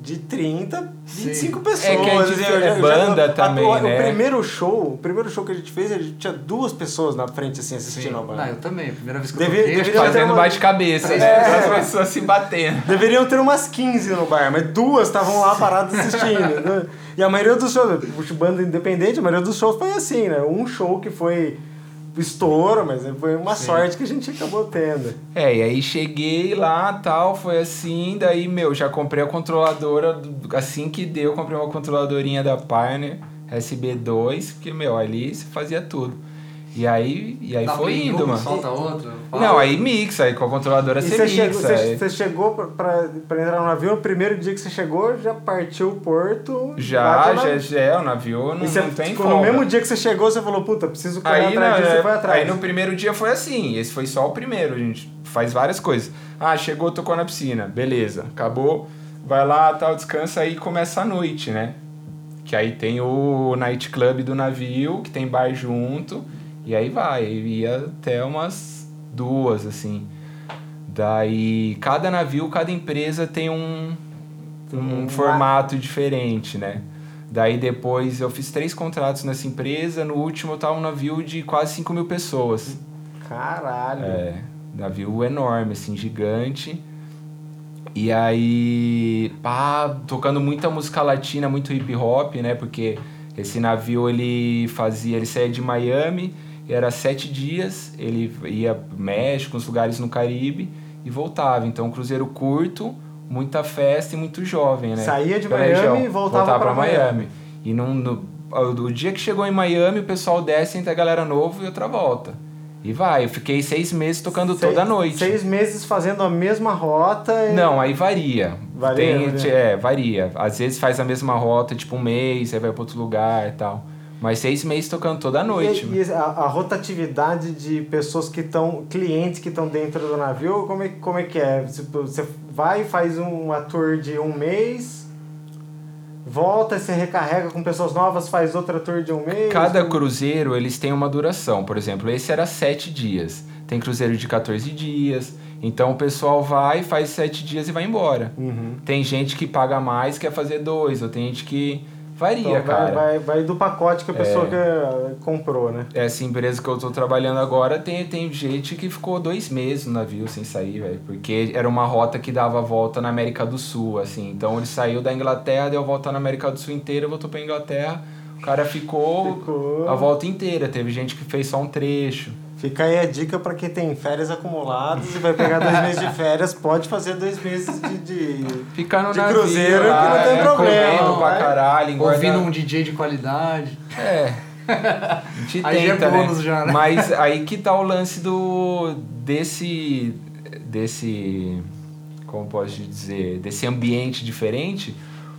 B: de 30, 25
A: Sim.
B: pessoas.
D: É que a gente
B: assim,
D: é
B: eu já- eu já-
D: banda
B: a-
D: também,
B: o,
D: né?
B: O primeiro show, o primeiro show que a gente fez, a gente tinha duas pessoas na frente assim assistindo a banda.
A: Não, eu também. A primeira vez que
B: Deve-
A: eu toquei, acho
B: deveria
A: que fazia-
B: ter
D: Fazendo
B: uma-
D: bate-cabeça,
B: É.
D: as pessoas se batendo.
B: Deveriam ter umas 15 no bar, mas duas estavam lá paradas assistindo. né? E a maioria dos shows, puxa, banda independente, a maioria dos shows foi assim, né? Um show que foi estouro, mas foi uma sorte que a gente acabou tendo.
D: É, e aí cheguei lá, tal, foi assim, daí, meu, já comprei a controladora, do- assim que deu, comprei uma controladorinha da Pioneer SB2, porque, meu, ali se fazia tudo. E aí, e aí
A: dá
D: foi
A: play em assim?
D: indo,
A: uma,
D: mano.
A: tá Solta outra. fala.
D: Não, aí mixa, aí com a controladora
B: E
D: você
B: você chegou,
D: mixa.
B: você,
D: aí-
B: você chegou pra, pra, pra entrar no navio, no primeiro dia que você chegou, já partiu o porto.
D: Já,
B: bateu na-
D: já, já, é, o navio não,
B: E você,
D: não tem
B: tipo, no
D: folga.
B: mesmo dia que você chegou, você falou, puta, preciso correr
D: Aí,
B: atrás
D: não,
B: disso,
D: é,
B: você foi atrás.
D: aí no primeiro dia foi assim, esse foi só o primeiro, a gente faz várias coisas. Ah, chegou, tocou na piscina, beleza, acabou, vai lá, tal, descansa, aí começa a noite, né? Que aí tem o nightclub do navio, que tem bar junto, e aí vai, e ia até umas duas, assim. Daí, cada navio, cada empresa tem um, um
B: Um
D: formato diferente, né? Daí depois eu fiz três contratos nessa empresa, no último eu tava um navio de quase 5 mil pessoas.
B: Caralho.
D: É, navio enorme, assim, gigante. E aí, pá, tocando muita música latina, muito hip hop, né? Porque esse navio ele fazia, ele saía de Miami, era sete dias, ele ia pro México, uns lugares no Caribe e voltava. Então, um cruzeiro curto, muita festa e muito jovem, né?
B: Saía de
D: Pela
B: Miami
D: região.
B: e voltava pra Miami.
D: E não, no, ao- o dia que chegou em Miami, o pessoal desce, entra a galera novo e outra volta. E vai, eu fiquei seis meses tocando
B: Seis-
D: toda noite.
B: Seis meses fazendo a mesma rota. e-
D: Não, aí varia.
B: Varia,
D: Tem-
B: varia.
D: É, varia. Às vezes faz a mesma rota, tipo um mês, aí vai pra outro lugar e tal. Mas seis meses tocando toda noite. né?
B: E, e a, a rotatividade de pessoas que estão, clientes que estão dentro do navio, como é, como é que é? Tipo, Você vai, faz uma tour de um mês, volta, você recarrega com pessoas novas, faz outra tour de um mês.
D: Cada cruzeiro, eles têm uma duração. Por exemplo, esse era sete dias. Tem cruzeiro de 14 dias. Então o pessoal vai, faz sete dias e vai embora.
B: Uhum.
D: Tem gente que paga mais, quer fazer dois. Ou tem gente que... Varia,
B: Então, vai,
D: cara. É.
B: vai, vai do pacote que a pessoa que comprou, né?
D: Essa empresa que eu tô trabalhando agora tem, tem gente que ficou dois meses no navio sem sair, velho. Porque era uma rota que dava a volta na América do Sul, assim. Então ele saiu da Inglaterra, deu a volta na América do Sul inteira, voltou pra Inglaterra. O cara ficou,
B: Ficou.
D: a volta inteira. Teve gente que fez só um trecho.
B: Fica aí a dica pra quem tem férias acumuladas e vai pegar (laughs) dois meses de férias, pode fazer dois meses de- de
D: Ficar no
B: De
D: navio
B: cruzeiro
D: lá,
B: que não tem
D: né,
B: problema,
D: Comendo pra
B: vai.
D: caralho, engordando.
A: Ouvindo um DJ de qualidade.
D: É. A gente
A: Aí já é
D: tenta,
A: bônus
D: né?
A: já, né?
D: Mas aí que tá o lance do desse desse como posso te dizer, desse ambiente diferente,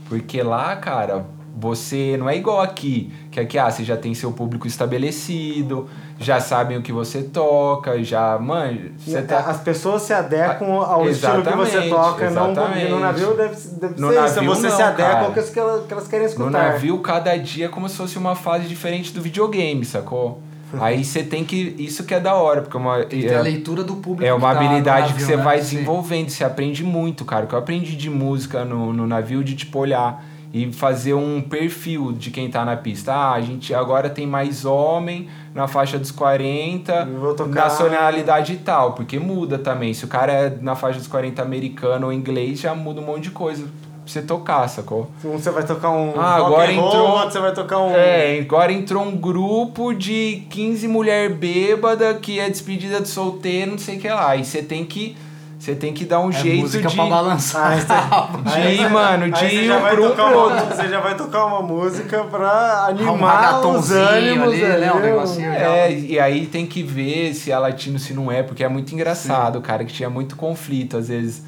D: porque lá, cara, você não é igual aqui, que aqui ah, você já tem seu público estabelecido, já sabem o que você toca, já, mano, você tá Ah,
B: As pessoas se adequam ao estilo que você
D: Exatamente,
B: toca. Não, um
D: exatamente.
B: no navio deve, deve
D: No
B: ser isso.
D: navio
B: Você
D: não,
B: se adequa
D: cara.
B: ao que elas- que elas, que elas querem escutar.
D: No navio, cada dia é como se fosse uma fase diferente do videogame, sacou? Aí você tem que. Isso que é da hora, porque é uma.
A: Uhum. Tem que ter a leitura do público.
D: É uma
A: que tá no
D: habilidade que
A: navio,
D: você
A: né?
D: vai
A: Sim.
D: desenvolvendo, você aprende muito, cara. O que eu aprendi de música no, no navio, de tipo olhar e fazer um perfil de quem tá na pista. Ah, a gente agora tem mais homem na faixa dos 40,
B: Eu vou tocar-
D: nacionalidade e tal, porque muda também. Se o cara é na faixa dos 40 americano ou inglês, já muda um monte de coisa pra você tocar, sacou?
B: Um você vai tocar um
D: Ah,
B: rock
D: agora
B: and roll,
D: entrou-
B: outro você vai tocar um...
D: É, agora entrou um grupo de 15 mulher bêbada que é despedida de solteiro, não sei o que lá. E você tem que. Você tem que dar um
A: É
D: jeito de. Ah,
A: música pra balançar. (laughs) tá
D: de,
B: Aí você-
D: mano, de
B: aí você
D: ir
B: já
D: um
B: vai
D: pro um
B: tocar
D: pro
B: uma-
D: outro.
B: Você já vai tocar uma música pra
A: um
B: animar os
A: ragatonzinho
B: ânimos
A: ali, né? Um
B: ali,
A: negocinho
D: É,
A: legal.
D: e aí tem que ver se é latino, se não é, porque é muito engraçado, cara, que tinha muito conflito, às vezes,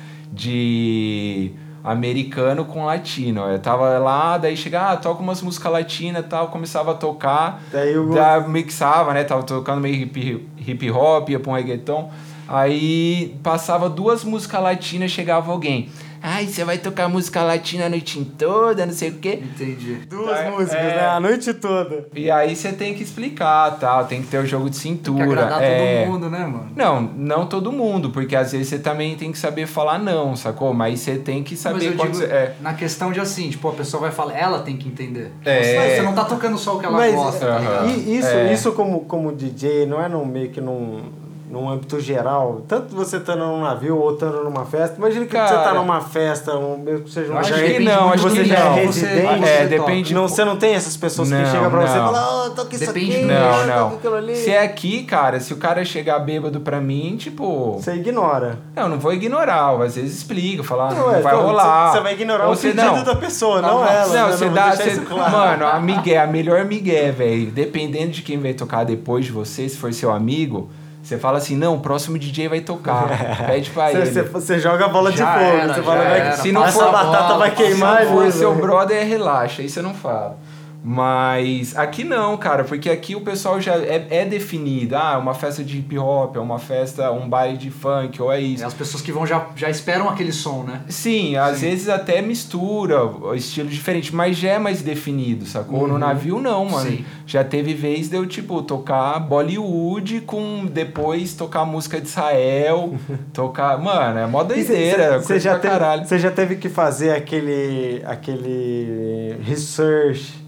D: de americano com latino. Eu tava lá, daí chegava, ah, toca umas músicas latinas e tal, começava a tocar.
B: Daí o-
D: da, mixava, né? Tava tocando meio hip, hip hop, ia pra um reggaeton. Aí passava duas músicas latinas, chegava alguém. Ai, você vai tocar música latina a noite toda, não sei o quê.
A: Entendi.
B: Duas
D: É,
B: músicas,
D: é.
B: né? A noite toda.
D: E aí você tem que explicar, tal, tem que ter o jogo de
A: Tem que
D: cintura.
A: agradar
D: é.
A: todo mundo, né, mano?
D: Não, não todo mundo, porque às vezes você também tem que saber falar não, sacou? Mas você tem que
A: Mas eu
D: saber quando
A: digo,
D: você- é.
A: na questão de assim, tipo, a pessoa vai falar, ela tem que entender.
D: É.
A: Você não tá tocando só o que ela
B: Mas é,
A: gosta, tá
D: Aham.
A: ligado?
B: e isso,
D: É.
B: isso como, como DJ, não é num, meio que num, num âmbito geral. Tanto você estando num navio ou estando numa festa. Imagina que
D: Cara.
B: você tá numa festa, um, mesmo que seja um
D: Acho
B: lugar
D: que
B: que
D: não,
A: muito
D: acho
A: do
B: que
A: lugar
B: não.
A: que
B: Residente.
A: você
D: É,
A: toca.
D: depende-
B: Não, você não tem essas pessoas
D: Não,
B: que chegam pra você e
D: não.
B: falam, oh, toca isso
A: Depende
B: aqui,
A: do-
D: Não,
B: toca aquilo
D: não.
B: ali.
D: Se é aqui, cara, se o cara chegar bêbado pra mim, tipo.
B: Você ignora.
D: Não, não vou ignorar. Às vezes explica, falar, não,
B: é,
D: vai
B: pô,
D: rolar.
B: Você você vai ignorar
D: Ou
B: o
D: você-
B: pedido
D: não.
B: da pessoa,
A: Não,
B: não,
A: não.
B: ela. né?
D: Não, você
B: Vou
D: dá.
B: deixar
D: Você,
B: isso claro.
D: Mano, a migué, a melhor migué, velho. Dependendo de quem vai tocar depois de você, se for seu amigo, você fala assim: não, o próximo DJ
B: (laughs)
D: vai tocar. Pede pra
B: Você,
D: ele.
B: você- você joga a bola de
A: Já
B: fogo.
A: era,
B: você
A: já
B: fala,
A: era.
B: né,
D: Se não
B: essa
D: for a
B: batata
A: bola,
B: vai
A: passa a
B: queimar.
D: Se
B: né?
D: for seu brother, relaxa, isso eu não falo. Mas aqui não, cara, porque aqui o pessoal já é, é definido. Ah, é uma festa de hip hop, é uma festa, um baile de funk, ou é
A: É,
D: isso.
A: As pessoas que vão já, já esperam aquele som, né?
D: Sim, às
A: Sim.
D: vezes até mistura o estilo diferente, mas já é mais definido, sacou? No navio não, mano.
A: Sim.
D: Já teve vez de eu, tipo, tocar Bollywood com depois tocar música de Israel, tocar. Mano, é mó doideira.
B: Você
D: coisa
B: já,
D: pra caralho.
B: teve- você já teve que fazer aquele, aquele research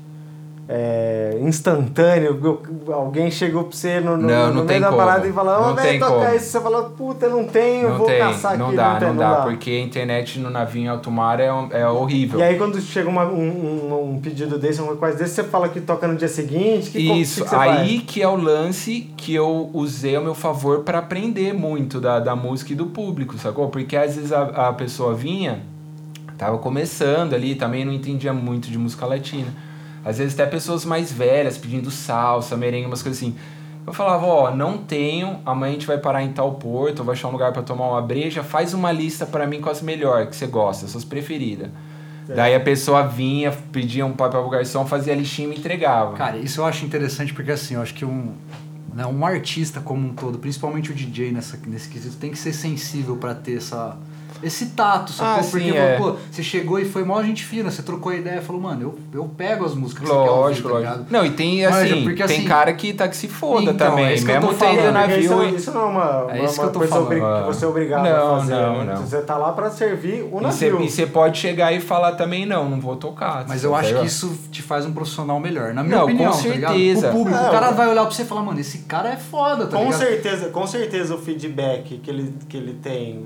B: é, instantâneo? Alguém chegou pra você no, no,
D: Não,
B: no
D: não tem
B: meio da
D: como.
B: parada e falou: Ô,
D: Não tem
B: velho, toca
D: como.
B: isso. Você falou: Puta, não tenho,
D: não
B: vou
D: tem,
B: caçar
D: não
B: aqui.
D: dá, não, dá, porque a internet no navio em alto mar é, é horrível.
B: E aí, quando chega uma- um, um- um pedido desse, uma coisa desse, você fala que toca no dia seguinte? Que, como-
D: Isso,
B: que que você
D: aí que é o lance que eu usei ao meu favor pra aprender muito da, da música e do público, sacou? Porque às vezes a, a pessoa vinha, tava começando ali, também não entendia muito de música latina. Às vezes até pessoas mais velhas pedindo salsa, merengue, umas coisas assim. Eu falava, ó, não tenho, amanhã a gente vai parar em tal porto, vai achar um lugar pra tomar uma breja, faz uma lista pra mim com as melhores que você gosta, suas preferidas. Daí a pessoa vinha, pedia um papel pro garçom, fazia a listinha e me entregava.
A: Cara, isso eu acho interessante porque assim, eu acho que um, né, um artista como um todo, principalmente o DJ nessa, nesse quesito, tem que ser sensível pra ter essa. Esse tato, sacou?
D: Ah,
A: Porque,
D: sim, é.
A: pô, você chegou e foi mó gente fina, você trocou a ideia, falou, mano, eu, eu pego as músicas que
D: Lógico,
A: você quer ouvir, tá
D: lógico.
A: ligado?
D: não, e tem
A: Manja,
D: assim,
A: porque,
D: tem
A: assim,
D: cara que tá que se foda
A: então,
D: também.
A: é isso que eu tô
D: mesmo tendo
A: falando,
B: Porque
D: navio.
B: Isso, isso não é uma,
A: É
B: uma-
A: isso que eu tô
B: uma coisa
A: falando.
B: obri- que você é obrigado
D: Não,
B: a fazer.
D: não,
B: né?
D: não.
B: Você tá lá pra servir o navio.
D: E você pode chegar e falar também, não, não vou tocar.
A: Mas
D: você
A: eu acho
D: entendeu?
A: que isso te faz um profissional melhor, na minha
D: Não,
A: opinião,
D: com
A: tá ligado?
D: certeza.
A: O público,
B: É,
A: o cara
B: eu-
A: vai olhar pra você e falar, mano, esse cara é foda, tá
B: com
A: ligado?
B: certeza, com certeza o feedback que ele, que ele tem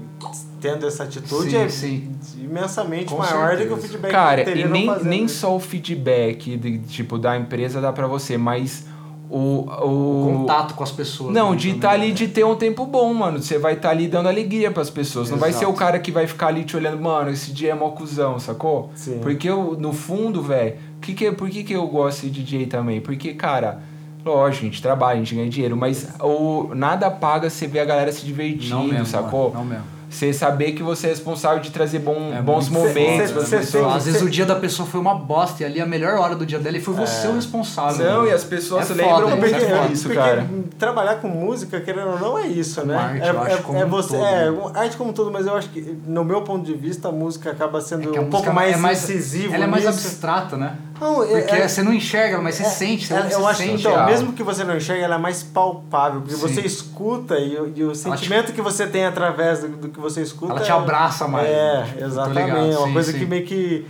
B: tendo essa atitude
A: Sim,
B: é
A: sim.
B: imensamente
A: Com
B: maior do que o
A: certeza.
B: feedback
D: Cara,
B: que ele
D: e
B: teria
D: nem,
B: não fazendo.
D: nem só o feedback de, tipo, da empresa dá pra você, mas o.
A: O
D: o
A: contato com as pessoas.
D: Não,
A: né,
D: de
A: também,
D: estar ali,
A: né?
D: de ter um tempo bom, mano. Você vai estar ali dando alegria pras pessoas. Não vai ser
A: Exato.
D: o cara que vai ficar ali te olhando, mano, esse dia é mó cuzão, sacou?
B: Sim.
D: Porque eu, no fundo, velho, que que, por que, que eu gosto de DJ também? Porque, cara, lógico, a gente trabalha, a gente ganha dinheiro, mas o, nada paga você ver a galera se divertindo,
A: Não mesmo,
D: sacou?
A: mano, não mesmo.
D: Você saber que você é responsável de trazer bom-
A: É
D: bons
A: muito
D: momentos
B: foda,
D: pras
B: né?
D: pessoas.
A: Às vezes o dia da pessoa foi uma bosta e ali a melhor hora do dia dela e foi você o responsável.
D: É. Não,
A: mano.
D: e as pessoas
A: É
D: lembram um
A: foda,
B: Não,
D: muito
B: porque,
A: é foda.
D: disso,
B: porque
D: cara.
B: trabalhar com música, querendo ou não, é isso, né?
A: arte,
B: é,
A: eu acho,
B: é-
A: como
B: é
A: um
B: você,
A: todo,
B: é,
A: né?
B: arte como um todo, mas eu acho que, no meu ponto de vista, a música acaba sendo
A: É que a
B: um pouco
A: música
B: mais,
A: é
B: incisiva.
A: Ela é mais
B: nisso.
A: abstrata, né?
B: Não, é-
A: Porque
B: é-
A: você não enxerga, mas você
B: É,
A: sente. Você
B: ela-
A: você
B: eu acho que
A: sente.
B: então,
D: a-
B: mesmo que você não enxergue, ela é mais palpável, porque
A: Sim.
B: você escuta e, o- e o sentimento que você tem através do, do que você escuta.
A: Ela te
B: é-
A: abraça mais, né?
B: É,
A: Tipo, tô
B: exatamente.
A: ligado,
B: é uma
A: sim,
B: coisa
A: sim.
B: que meio que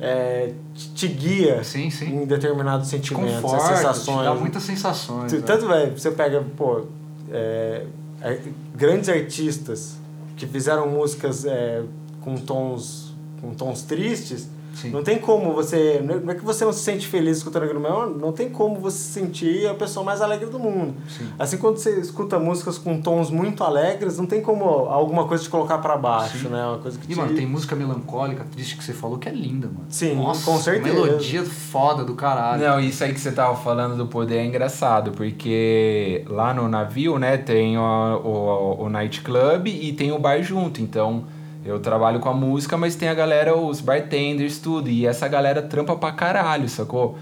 B: é, te te guia
A: Sim, sim.
B: em determinados
A: Te
B: sentimentos,
A: conforta,
B: as
A: te
B: sensações. né?
A: dá muitas sensações.
B: Tu-
A: né?
B: Tanto, velho, você pega, pô, é, ar- grandes artistas que fizeram músicas é, com tons com tons tristes,
A: Sim.
B: não tem como você. Não é que você não se sente feliz escutando aquilo, mas é não tem como você se sentir a pessoa mais alegre do mundo.
A: Sim.
B: Assim, quando você escuta músicas com tons muito alegres, não tem como alguma coisa te colocar pra baixo, né? Uma coisa que
A: E,
B: te...
A: mano, tem música melancólica, triste que você falou, que é linda, mano.
B: Sim,
A: Nossa,
B: com certeza.
A: Melodia foda do caralho.
D: Não, isso aí que você tava falando do poder é engraçado, porque lá no navio, né, tem o, o, o nightclub e tem o bar junto. Então, eu trabalho com a música, mas tem a galera, os bartenders, tudo. E essa galera trampa pra caralho, sacou?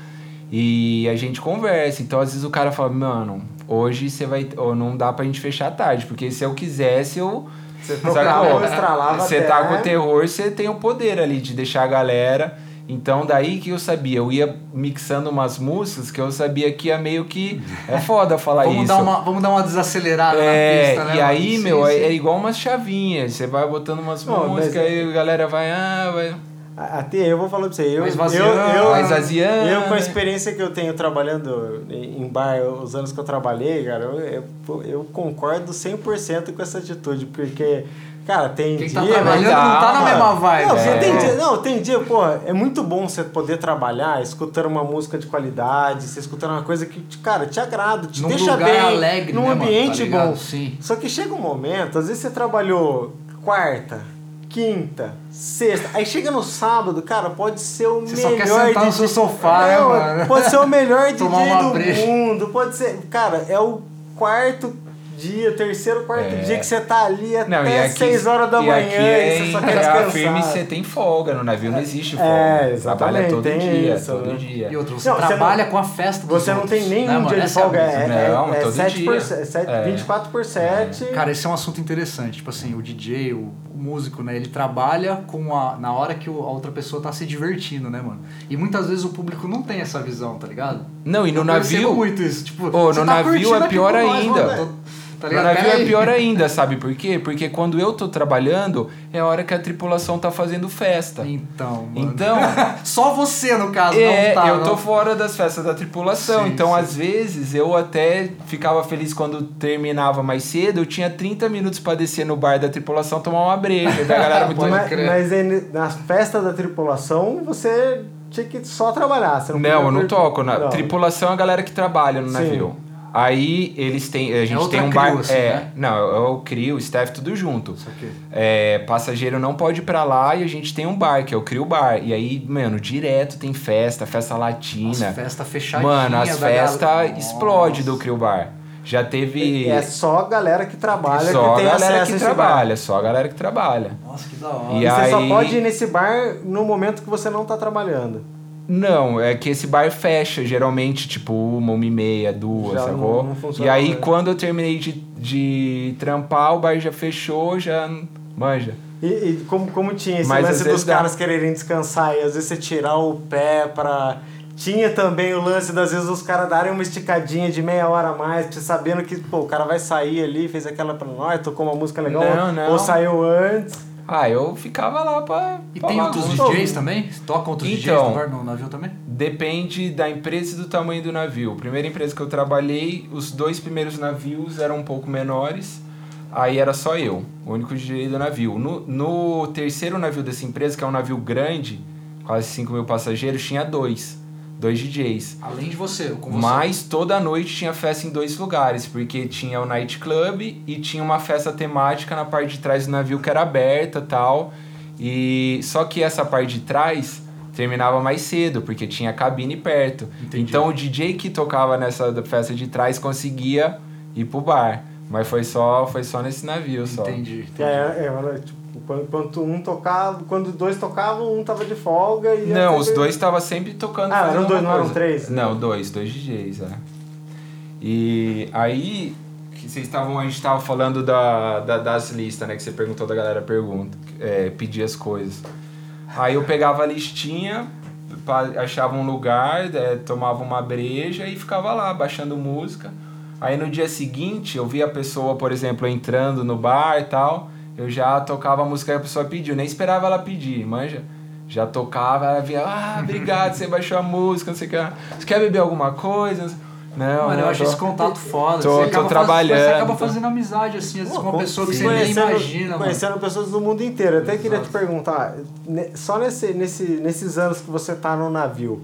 D: E a gente conversa. Então, às vezes o cara fala, mano, hoje você vai. Ou não dá pra gente fechar tarde, porque se eu quisesse, eu.
B: Você
D: Sacou?
B: procurava, estralava
D: Você
B: até- né?
D: tá com o terror, você tem o poder ali de deixar a galera. Então, daí que eu sabia, eu ia mixando umas músicas que eu sabia que ia meio que. É foda falar
A: vamos,
D: isso.
A: dar uma, vamos dar uma desacelerada
D: É,
A: na pista, né?
D: e
A: mano?
D: aí,
A: Sim,
D: meu, é-
A: sim.
D: é igual umas chavinhas. Você vai botando umas
B: Não, mas é
D: músicas, aí a galera vai, ah, vai.
B: A- Até eu vou falar pra você. Eu,
A: Vai esvaziando,
B: eu, eu,
D: vai esvaziando.
B: eu, com a experiência que eu tenho trabalhando em em bar, os anos que eu trabalhei, cara, eu, eu, eu concordo 100% com essa atitude, porque, cara, tem
A: Quem
B: dia... Ah,
A: tá trabalhando
D: dá,
A: não tá na
D: mano.
A: mesma vibe.
B: Não,
A: né?
B: você
D: É.
B: tem dia, não, tem dia, pô, é muito bom você poder trabalhar escutando uma música de qualidade, você escutando uma coisa que, te- cara, te agrada, te
A: Num
B: deixa
A: lugar
B: bem,
A: alegre,
B: num
A: né, mano? Tá
B: ambiente
A: ligado?
B: bom.
A: Sim.
B: Só que chega um momento, às vezes você trabalhou quarta, quinta, sexta, aí chega no sábado, cara, pode ser o
A: Você só
B: melhor
A: quer sentar no
B: DJ.
A: seu sofá, né,
B: Não,
A: mano?
B: Pode ser o melhor DJ
A: (laughs) Tomar uma
B: do
A: breja.
B: mundo, pode ser, cara, é o quarto dia, terceiro, quarto
D: É.
B: dia que você tá ali até
D: Não, e aqui,
B: 6 horas da
D: e
B: manhã
D: aqui
B: e você
D: é,
B: só quer
D: é
B: descansar. É,
D: firme você tem folga. No navio não existe folga.
B: exatamente,
D: Trabalha todo
B: tem
D: dia,
B: isso,
D: todo
B: né?
D: dia.
A: E outro, você
B: Não, você
A: trabalha com a festa dos
B: Você não
A: outros,
B: tem nem
A: né,
B: um
A: mano?
B: dia de
A: Essa é a
B: folga,
A: brisa.
B: é, é,
D: Não,
B: é
D: todo
B: 7
D: dia.
B: sete-
D: É.
B: 24 por 7.
A: Cara, esse é um assunto interessante. Tipo assim, o DJ, o, o músico, né? Ele trabalha com a, na hora que o- a outra pessoa tá se divertindo, né, mano? E muitas vezes o público não tem essa visão, tá ligado?
D: Não, e no
A: Eu percebo
D: navio.
A: muito isso. Tipo,
D: Ô,
A: você
D: no
A: tá
D: navio
A: curtindo
D: é
A: aqui
D: pior
A: com nós,
D: ainda.
A: mano, tô- Tá
D: No
A: ligado?
D: navio
A: Pera
D: é
A: aí.
D: pior ainda, sabe por quê? Porque quando eu tô trabalhando, é a hora que a tripulação tá fazendo festa.
A: Então, mano.
D: Então,
A: (laughs) Só você, no caso,
D: é,
A: não tá.
D: eu tô
A: não.
D: fora das festas da tripulação.
A: Sim,
D: então,
A: sim.
D: às vezes, eu até ficava feliz quando terminava mais cedo. Eu tinha 30 minutos pra descer no bar da tripulação tomar uma breja.
A: (laughs)
D: da galera um muito
A: Pode
B: mas
A: crer.
B: mas é aí, nas festas da tripulação, você tinha que só trabalhar. Você não,
D: Não,
B: podia
D: eu não
B: curtir.
D: toco. Na,
B: Então, Não.
D: Tripulação é a galera que trabalha no
B: Sim.
D: navio. Aí eles têm. A gente
A: outra
D: tem um bar.
A: crew, assim,
D: é,
A: né?
D: Não, eu crio, o staff, tudo junto.
A: Isso aqui.
D: É, passageiro não pode ir pra lá e a gente tem um bar, que é o Crio Bar. E aí, mano, direto tem festa, festa
A: As
D: latina.
A: festas fechadinhas.
D: mano, as
A: da galera.
D: festas explode do Crio Bar. Já teve.
B: É só a galera que trabalha
D: só
B: que
D: a
B: tem
D: galera
B: acesso a
D: que
B: esse bar.
D: trabalha, só a galera que trabalha.
A: Nossa, que da hora.
D: E
B: E você só
D: aí-
B: pode ir nesse bar no momento que você não tá trabalhando.
D: Não, é que esse bar fecha geralmente, tipo, uma, uma e meia, duas,
B: Já não-
D: sacou?
B: não funciona
D: e aí,
B: mais.
D: quando eu terminei de, de trampar, o bar já fechou, já. Manja.
B: E, e como, como tinha esse
D: Mas às
B: lance
D: vezes
B: dos
D: dá.
B: caras quererem descansar e às vezes você tirar o pé pra. Tinha também o lance das vezes os caras darem uma esticadinha de meia hora a mais, pra você sabendo que pô, o cara vai sair ali, fez aquela pra nós, tocou uma música legal,
D: Não, não.
B: ou saiu antes.
D: Ah, eu ficava lá pra.
A: E
D: pra
A: tem outros
D: bagunça.
A: DJs também? Tocam outros DJs
D: Então.
A: no, bar, no navio também?
D: Depende da empresa e do tamanho do navio. Primeira empresa que eu trabalhei, os dois primeiros navios eram um pouco menores. Aí era só eu, o único DJ do navio. No, no terceiro navio dessa empresa, que é um navio grande, quase 5 mil passageiros, tinha dois. Dois DJs.
A: Além de você, com você.
D: Mas toda noite tinha festa em dois lugares, porque tinha o nightclub e tinha uma festa temática na parte de trás do navio que era aberta tal. E só que essa parte de trás terminava mais cedo, porque tinha cabine perto.
A: Entendi.
D: Então o DJ que tocava nessa da festa de trás conseguia ir pro bar, mas foi só foi só nesse navio só.
A: Entendi. entendi.
B: É, é, era, tipo, quando, quando um tocava, quando dois tocavam, um tava de folga e.
D: Não, os dois estavam sempre tocando.
B: Ah, eram
D: fazendo
B: dois,
D: uma
B: não eram
D: coisa.
B: três?
D: Não, dois, dois DJs, é. E aí, que vocês estavam, a gente estava falando da, da- das listas, né? Que você perguntou da galera pergunta, é, pedir as coisas. Aí eu pegava a listinha, pa- achava um lugar, é, tomava uma breja e ficava lá, baixando música. Aí no dia seguinte, eu via a pessoa, por exemplo, entrando no bar e tal, eu já tocava a música que a pessoa pediu, nem esperava ela pedir, manja. Já tocava, ela via, ah, obrigado, você baixou a música, não sei o que. lá. Você quer beber alguma coisa? Não, Né?
A: Mano,
D: não,
A: eu acho
D: tô-
A: esse contato foda.
D: tô-
A: você
D: tô
A: acaba faz-
D: trabalhando,
A: Você acaba
D: tô-
A: fazendo amizade, assim, às vezes, com uma pessoa que
D: sim.
A: você nem
B: Conhecendo-
A: imagina, mano.
B: Conhecendo pessoas do mundo inteiro. Eu até queria te perguntar, ne- só nesse, nesse, nesses anos que você tá no navio,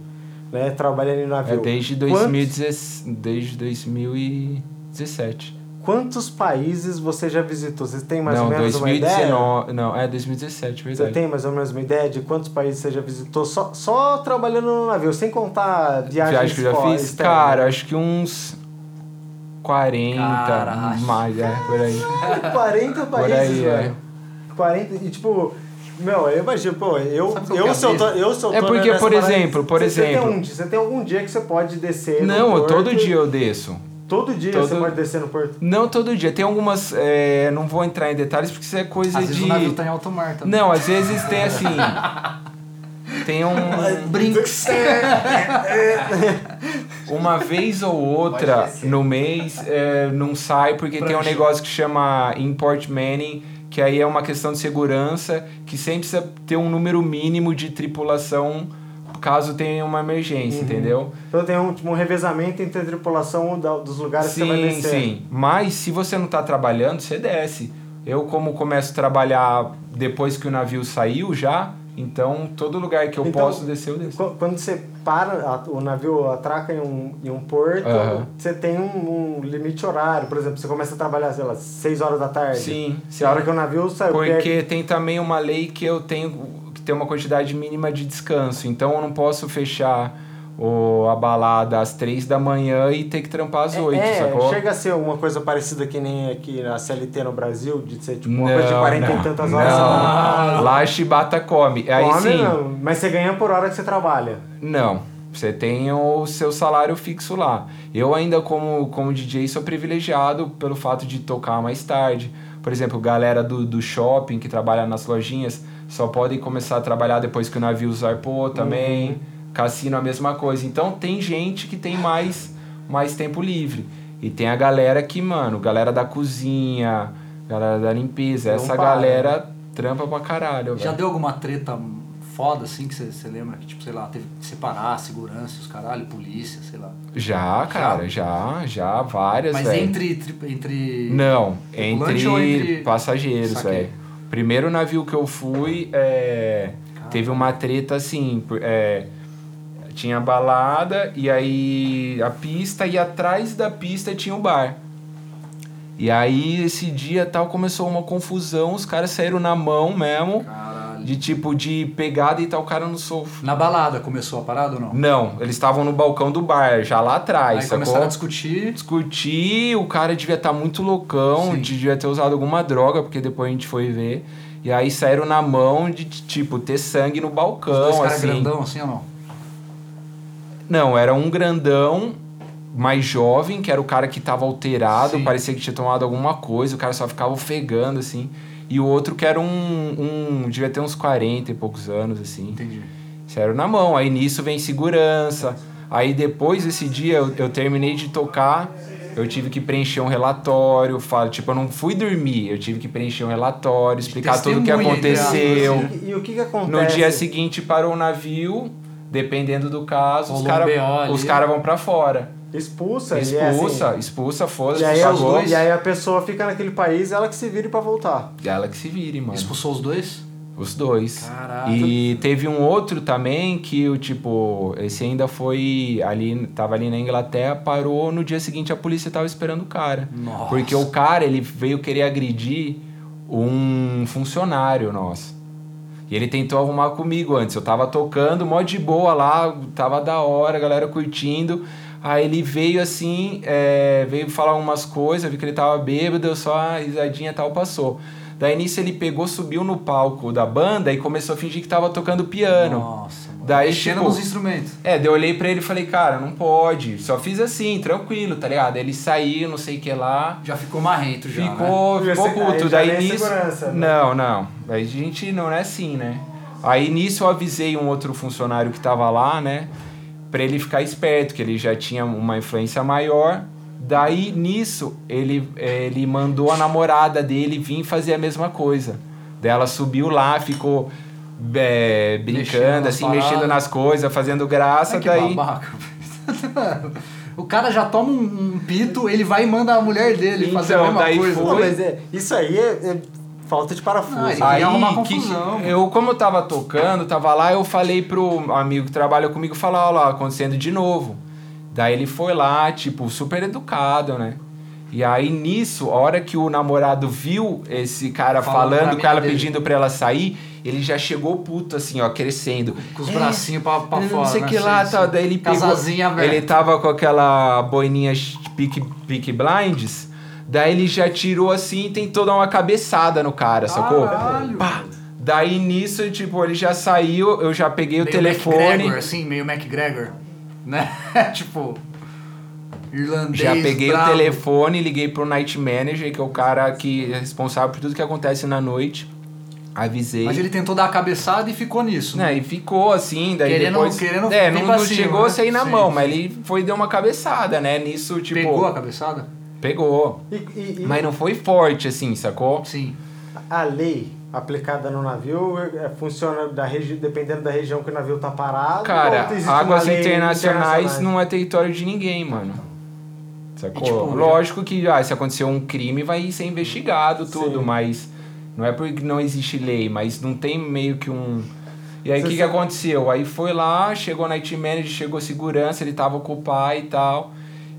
B: né? Trabalhando em
D: É
B: navio.
D: desde,
B: Quantos-
D: 2016, desde 2017.
B: Quantos países você já visitou? Você tem mais
D: não,
B: ou menos uma ideia?
D: 2019. Não, é 2017,
B: Você
D: verdade.
B: tem mais ou menos uma ideia de quantos países você já visitou só, só trabalhando no navio, sem contar viagens
D: Viagem que eu já
B: fora-
D: fiz?
A: então, né?
B: externa?
D: Cara, acho que uns 40
A: Caraca.
D: mais, é, por aí.
B: 40
D: Por
B: países,
D: aí, é.
B: velho. 40 e tipo, Não, eu imagino, pô, eu,
A: Sabe qual que é
B: eu
A: a
B: sou,
A: brisa?
B: to- eu sou
D: É
B: toda
D: porque,
B: nessa
D: por
B: parada.
D: exemplo, por
B: Você- Você
D: exemplo.
B: tem, um, dia- você tem algum dia que você pode descer no
D: Não, eu-
B: porto,
D: todo dia eu desço.
B: Todo dia
D: todo-
B: você pode descer no porto.
D: Não todo dia. Tem algumas. é, não vou entrar em detalhes porque isso é coisa
A: Às
D: de.
A: vezes o navio tá em alto mar também.
D: Não, às vezes tem assim.
A: (laughs)
D: tem um.
A: Brinks.
D: Uma vez ou outra no mês é, não sai porque tem um negócio que chama import manning, que aí é uma questão de segurança, que sempre precisa ter um número mínimo de tripulação caso tenha uma emergência, entendeu?
B: Então tem um, tipo, um revezamento entre a tripulação da- dos lugares que você vai
D: Sim,
B: descer.
D: sim. Mas se você não tá trabalhando, você desce. Eu, como começo a trabalhar depois que o navio saiu já, então todo lugar que eu
B: Então,
D: posso descer, eu desço.
B: Qu- Quando você para, a- o navio atraca em um, em um porto,
D: Aham.
B: você tem um, um limite horário. Por exemplo, você começa a trabalhar, sei lá, 6 horas da tarde.
D: Sim,
B: Se a hora que o navio sai,
D: Porque tem também uma lei que eu tenho que ter uma quantidade mínima de descanso. Então eu não posso fechar o, a balada às três da manhã e ter que trampar às oito,
B: é,
D: sacou?
B: chega a ser alguma coisa parecida que nem aqui na CLT no Brasil, de ser tipo uma
D: Não,
B: coisa de 40
D: não,
B: e tantas horas.
D: não.
B: sabe?
D: Lá a chibata come. Aí
B: Come,
D: sim.
B: não, mas você ganha por hora que você trabalha.
D: Não. Você tem o seu salário fixo lá. Eu ainda, como, como DJ, sou privilegiado pelo fato de tocar mais tarde. Por exemplo, galera do, do shopping que trabalha nas lojinhas só podem começar a trabalhar depois que o navio zarpou também. Cassino a mesma coisa. Então tem gente que tem mais, mais tempo livre. E tem a galera que, mano, galera da cozinha, galera da limpeza.
B: Não
D: essa
B: para,
D: galera trampa pra caralho,
A: Já
D: velho.
A: deu alguma treta foda, assim, que você lembra? Que, tipo, sei lá, teve que separar segurança, os caralho, polícia, sei lá.
D: Já, cara, já, já, várias,
A: Mas
D: velho.
A: entre... tri- entre...
D: é. Não,
A: Tripulante
D: entre,
A: ou entre-
D: passageiros,
A: Saquei.
D: velho. Primeiro navio que eu fui, é, teve uma treta assim, por- é, tinha balada e aí a pista e atrás da pista tinha o bar. E aí esse dia tal começou uma confusão, os caras saíram na mão mesmo,
A: Caralho.
D: de tipo de pegada e tal, o cara não sou.
A: Na balada começou a parada ou não?
D: Não, eles estavam no balcão do bar, já lá atrás,
A: Aí
D: sacou?
A: começaram a discutir.
D: discutir, o cara devia estar muito loucão,
A: Sim.
D: devia ter usado alguma droga, porque depois a gente foi ver. E aí saíram na mão de, de, tipo, ter sangue no
A: Os dois
D: balcão,
A: caras
D: assim.
A: grandão, assim ou não?
D: Não, era um grandão mais jovem, que era o cara que tava alterado,
A: Sim.
D: parecia que tinha tomado alguma coisa, o cara só ficava ofegando, assim. E o outro que era um, um devia ter uns 40 e poucos anos, assim.
A: Entendi.
D: Sério na mão. Aí nisso vem segurança. Aí depois desse dia eu, eu terminei de tocar, eu tive que preencher um relatório, falo, tipo, eu não fui dormir, eu tive que preencher um relatório, explicar tudo o que
A: testemunha, entre
D: aconteceu.
A: aspas,
B: E, e o que que acontece?
D: No dia seguinte parou o navio, dependendo do caso, os
A: Rolou um
D: caras
A: BO ali.
D: os cara vão pra fora.
B: Expulsa, e é assim-
D: Expulsa, expulsa, foda-se,
B: E aí, é os
D: pagou.
B: dois- e aí a pessoa fica naquele país ela que se vire pra voltar.
D: Ela que se vire, mano.
A: Expulsou os dois?
D: Os dois.
A: Caraca.
D: E teve um outro também que o tipo, esse ainda foi ali, tava ali na Inglaterra, parou no dia seguinte a polícia tava esperando o cara.
A: Nossa.
D: Porque o cara, ele veio querer agredir um funcionário nosso. E ele tentou arrumar comigo antes. Eu tava tocando, mó de boa lá, tava da hora, a galera curtindo. Aí ele veio assim, é, veio falar umas coisas, vi que ele tava bêbado, deu só uma risadinha e tal, passou. Daí nisso ele pegou, subiu no palco da banda e começou a fingir que tava tocando piano.
A: Nossa, mano.
D: Daí,
A: Mexendo
D: tipo,
A: nos instrumentos.
D: É, daí eu olhei pra ele e falei, cara, não pode. Só fiz assim, tranquilo, tá ligado? Aí Ele saiu, não sei o que lá.
A: Já ficou marrento já, né?
D: Ficou,
B: né?
D: ficou
B: Aí já
D: puto.
B: nem
D: Daí
B: é
D: nisso.
B: segurança, né?
D: Não, não. Aí A gente não é assim, né? Aí nisso eu avisei um outro funcionário que tava lá, né? Pra ele ficar esperto, que ele já tinha uma influência maior. Daí nisso ele, é, ele mandou a namorada dele vir fazer a mesma coisa. Daí ela subiu lá, ficou é,
A: Mexendo
D: brincando,
A: nas
D: assim, mexendo
A: paradas.
D: nas coisas, fazendo graça.
A: Ai, que
D: daí.
A: babaca. (laughs) o cara já toma um, um pito, ele vai e manda a mulher dele fazer a
D: Então,
A: mesma
D: daí
A: coisa.
D: foi.
B: Pô, mas é- isso aí é, é falta de parafuso.
A: Ah, ele-
B: Ah,
D: Aí,
A: Queria arrumar
D: que-
A: confusão.
D: eu, como eu tava tocando, tava lá, eu falei pro amigo que trabalha comigo, falar, ó lá, acontecendo de novo. Daí ele foi lá, tipo, super educado, né? E aí, nisso, a hora que o namorado viu esse cara
A: Falando pra
D: falando com
A: mina
D: ela,
A: dele.
D: pedindo pra ela sair, ele já chegou puto, assim, ó, crescendo.
A: Com os
D: É,
A: bracinhos pra, pra
D: não
A: fora.
D: sei
A: né?
D: que lá,
A: Sim,
D: tal.
A: sim.
D: Daí ele pegou.
A: Casalzinho aberto.
D: Ele tava com aquela boininha pique, pique blinds. Daí ele já tirou assim e tentou dar uma cabeçada no cara, sacou?
A: Caralho.
D: Pá! Daí nisso, tipo, ele já saiu, eu já peguei o
A: meio
D: telefone.
A: MacGregor, assim, meio MacGregor, né? (laughs) tipo, irlandês
D: Já peguei
A: bravo.
D: o telefone, liguei pro Night Manager, que é o cara que é responsável por tudo que acontece na noite. Avisei.
A: Mas ele tentou dar a cabeçada e ficou nisso.
D: né, e ficou assim, daí
A: Querendo-
D: depois...
A: querendo
D: é,
A: bem
D: não, não
A: passivo,
D: chegou
A: né?
D: a sair na
A: Sim,
D: mão,
A: sim.
D: mas ele foi e deu uma cabeçada, né? Nisso, tipo...
A: Pegou a cabeçada?
D: Pegou.
B: E, e- e
D: Mas não foi forte, assim, sacou?
A: Sim.
B: a lei aplicada no navio é, funciona da regi dependendo da região que o navio tá parado?
D: Cara,
B: ou existe uma
D: águas
B: lei
D: internacionais
B: internacional? É
D: não é território de ninguém, mano. Sacou?
A: E,
B: né?
A: tipo,
D: Lógico que ah, se acontecer um crime vai ser investigado tudo,
B: Sim.
D: mas não é porque não existe lei, mas não tem meio que um. E aí o
B: Você
D: que, que
B: sabe-
D: aconteceu? Aí foi lá, chegou night manager, chegou segurança, ele tava com o pai e tal.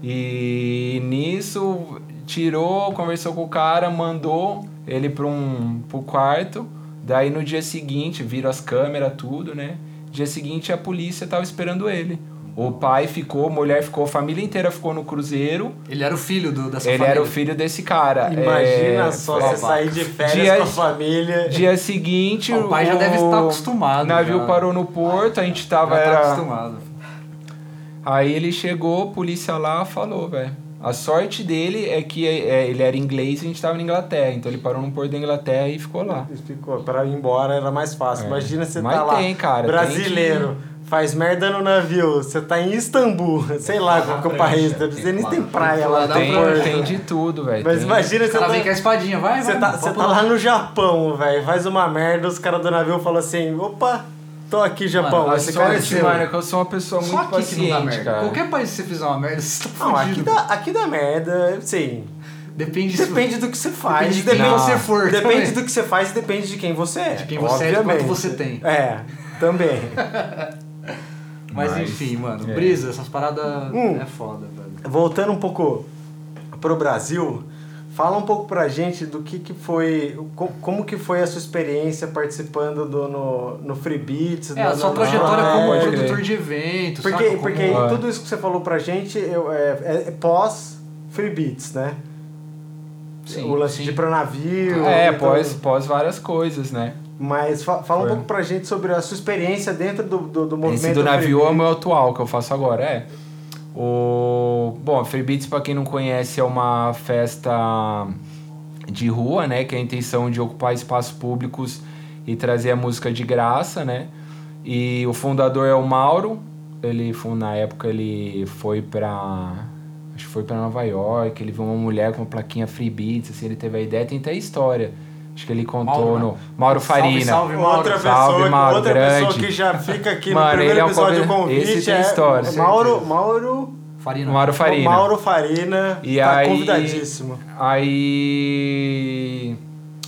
D: E nisso tirou, conversou com o cara, mandou ele para um pro quarto. Daí no dia seguinte, viram as câmeras, tudo, né? Dia seguinte a polícia tava esperando ele. O pai ficou, a mulher ficou, a família inteira ficou no cruzeiro.
A: Ele era o filho do, dessa
D: ele
A: família.
D: era o filho desse cara.
B: Imagina
D: É,
B: só
D: foi-
B: você sair de férias
D: Dia-
B: com a família.
D: Dia seguinte,
A: O pai já deve estar acostumado,
D: O navio
A: já.
D: parou no porto, a gente
A: Já
D: tava
A: tá
D: era-
A: acostumado.
D: Aí ele chegou, a polícia lá falou, velho. A sorte dele é que é, ele era inglês e a gente tava na Inglaterra. Então ele parou no porto da Inglaterra e ficou lá.
B: Explicou, pra ir embora era mais fácil.
D: É.
B: Imagina você
D: Mas
B: tá lá,
D: tem, cara,
B: brasileiro, faz merda no navio, você tá em Istambul, (laughs) sei lá qual que é o país, deve ser nem tem praia lá,
A: Dá
D: Tem,
A: pra-
B: porto.
D: tem de tudo, velho.
B: Mas
D: Tem-
B: imagina
A: O
B: você
A: cara
B: tá,
A: vem com a espadinha, vai,
B: você
A: vai.
B: tá,
A: vamos
B: você
A: pra
B: tá
A: lá.
B: lá no Japão, velho, faz uma merda, os caras do navio falam assim, opa, tô aqui, Japão,
A: Mano,
D: A
B: esse cara é
D: sorte,
B: seu.
D: mano, é que eu sou uma pessoa
A: Só
D: muito
A: aqui que não dá
D: paciente,
A: merda.
D: cara.
A: Qualquer país que você fizer uma merda, você tá
B: Não,
A: fudido.
B: aqui dá, aqui dá merda, sim.
A: Depende, se-
B: Depende do que você faz.
A: Depende de quem você for
B: Depende
A: também.
B: do que você faz e depende de quem você é.
A: De quem você é e de quanto
B: obviamente.
A: você tem.
B: É, também.
A: Mas,
D: Mas,
A: enfim, mano.
D: é.
A: Brisa, essas paradas
B: Hum.
A: é foda, velho.
B: Voltando um pouco pro Brasil, fala um pouco pra gente do que, que foi. co- Como que foi a sua experiência participando do, no, no Free Beats?
A: É,
B: no-
A: a sua
B: no-
A: trajetória
B: no-
A: como
B: é,
D: pode
A: produtor
D: crer.
A: de eventos,
B: Porque,
A: saca? Como-
B: porque
D: É.
B: tudo isso que você falou pra gente eu- é, é- é pós Free Beats, né?
D: Sim,
B: o lance
D: sim.
B: de ir pra navio.
D: É,
B: então-
D: pós, pós várias coisas, né?
B: Mas fa- fala um
D: Foi.
B: pouco pra gente sobre a sua experiência dentro do, do, do movimento.
D: Esse do
B: Free
D: navio é o
B: Beats.
D: meu atual que eu faço agora, é. O... Bom, a Free Beats, pra quem não conhece, é uma festa de rua, né? Que é a intenção de ocupar espaços públicos e trazer a música de graça, né? E o fundador é o Mauro. Ele foi, na época ele foi pra. Acho que foi pra Nova York. Ele viu uma mulher com uma plaquinha Free Beats, assim, ele teve a ideia, tem até história. Acho que ele contou
A: Mauro,
D: no. Mauro Farina.
A: Salve, salve, Mauro.
B: Outra,
D: Salve,
B: pessoa,
D: Mauro,
B: outra pessoa
D: grande.
B: que já fica aqui no
D: Mano,
B: primeiro
D: ele é um
B: episódio do
D: convidado-
B: convite.
D: esse tem
B: é
D: história.
B: Mauro, Mauro,
A: Farina.
D: Mauro Farina.
B: Mauro Farina
D: E
B: tá
D: aí-
B: convidadíssimo.
D: Aí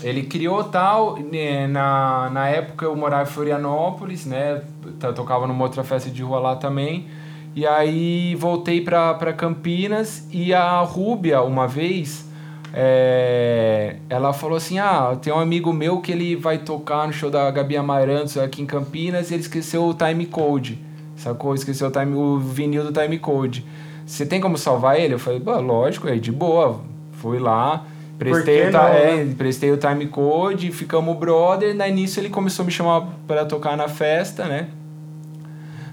D: ele criou tal, né, na, na época eu morava em Florianópolis, né? t- Tocava numa outra festa de rua lá também. E aí voltei pra, pra Campinas e a Rúbia, uma vez, é, ela falou assim: Ah, tem um amigo meu que ele vai tocar no show da Gabi Amarantos aqui em Campinas e ele esqueceu o time code. Sacou? Esqueceu o, time, o vinil do time code. Você tem como salvar ele? Eu falei, "Bah, lógico, é de boa. Fui lá,
B: que
D: prestei, o, ti-
B: não,
D: é,
B: né?
D: prestei o time code, ficamos brother. Na início ele começou a me chamar para tocar na festa, né?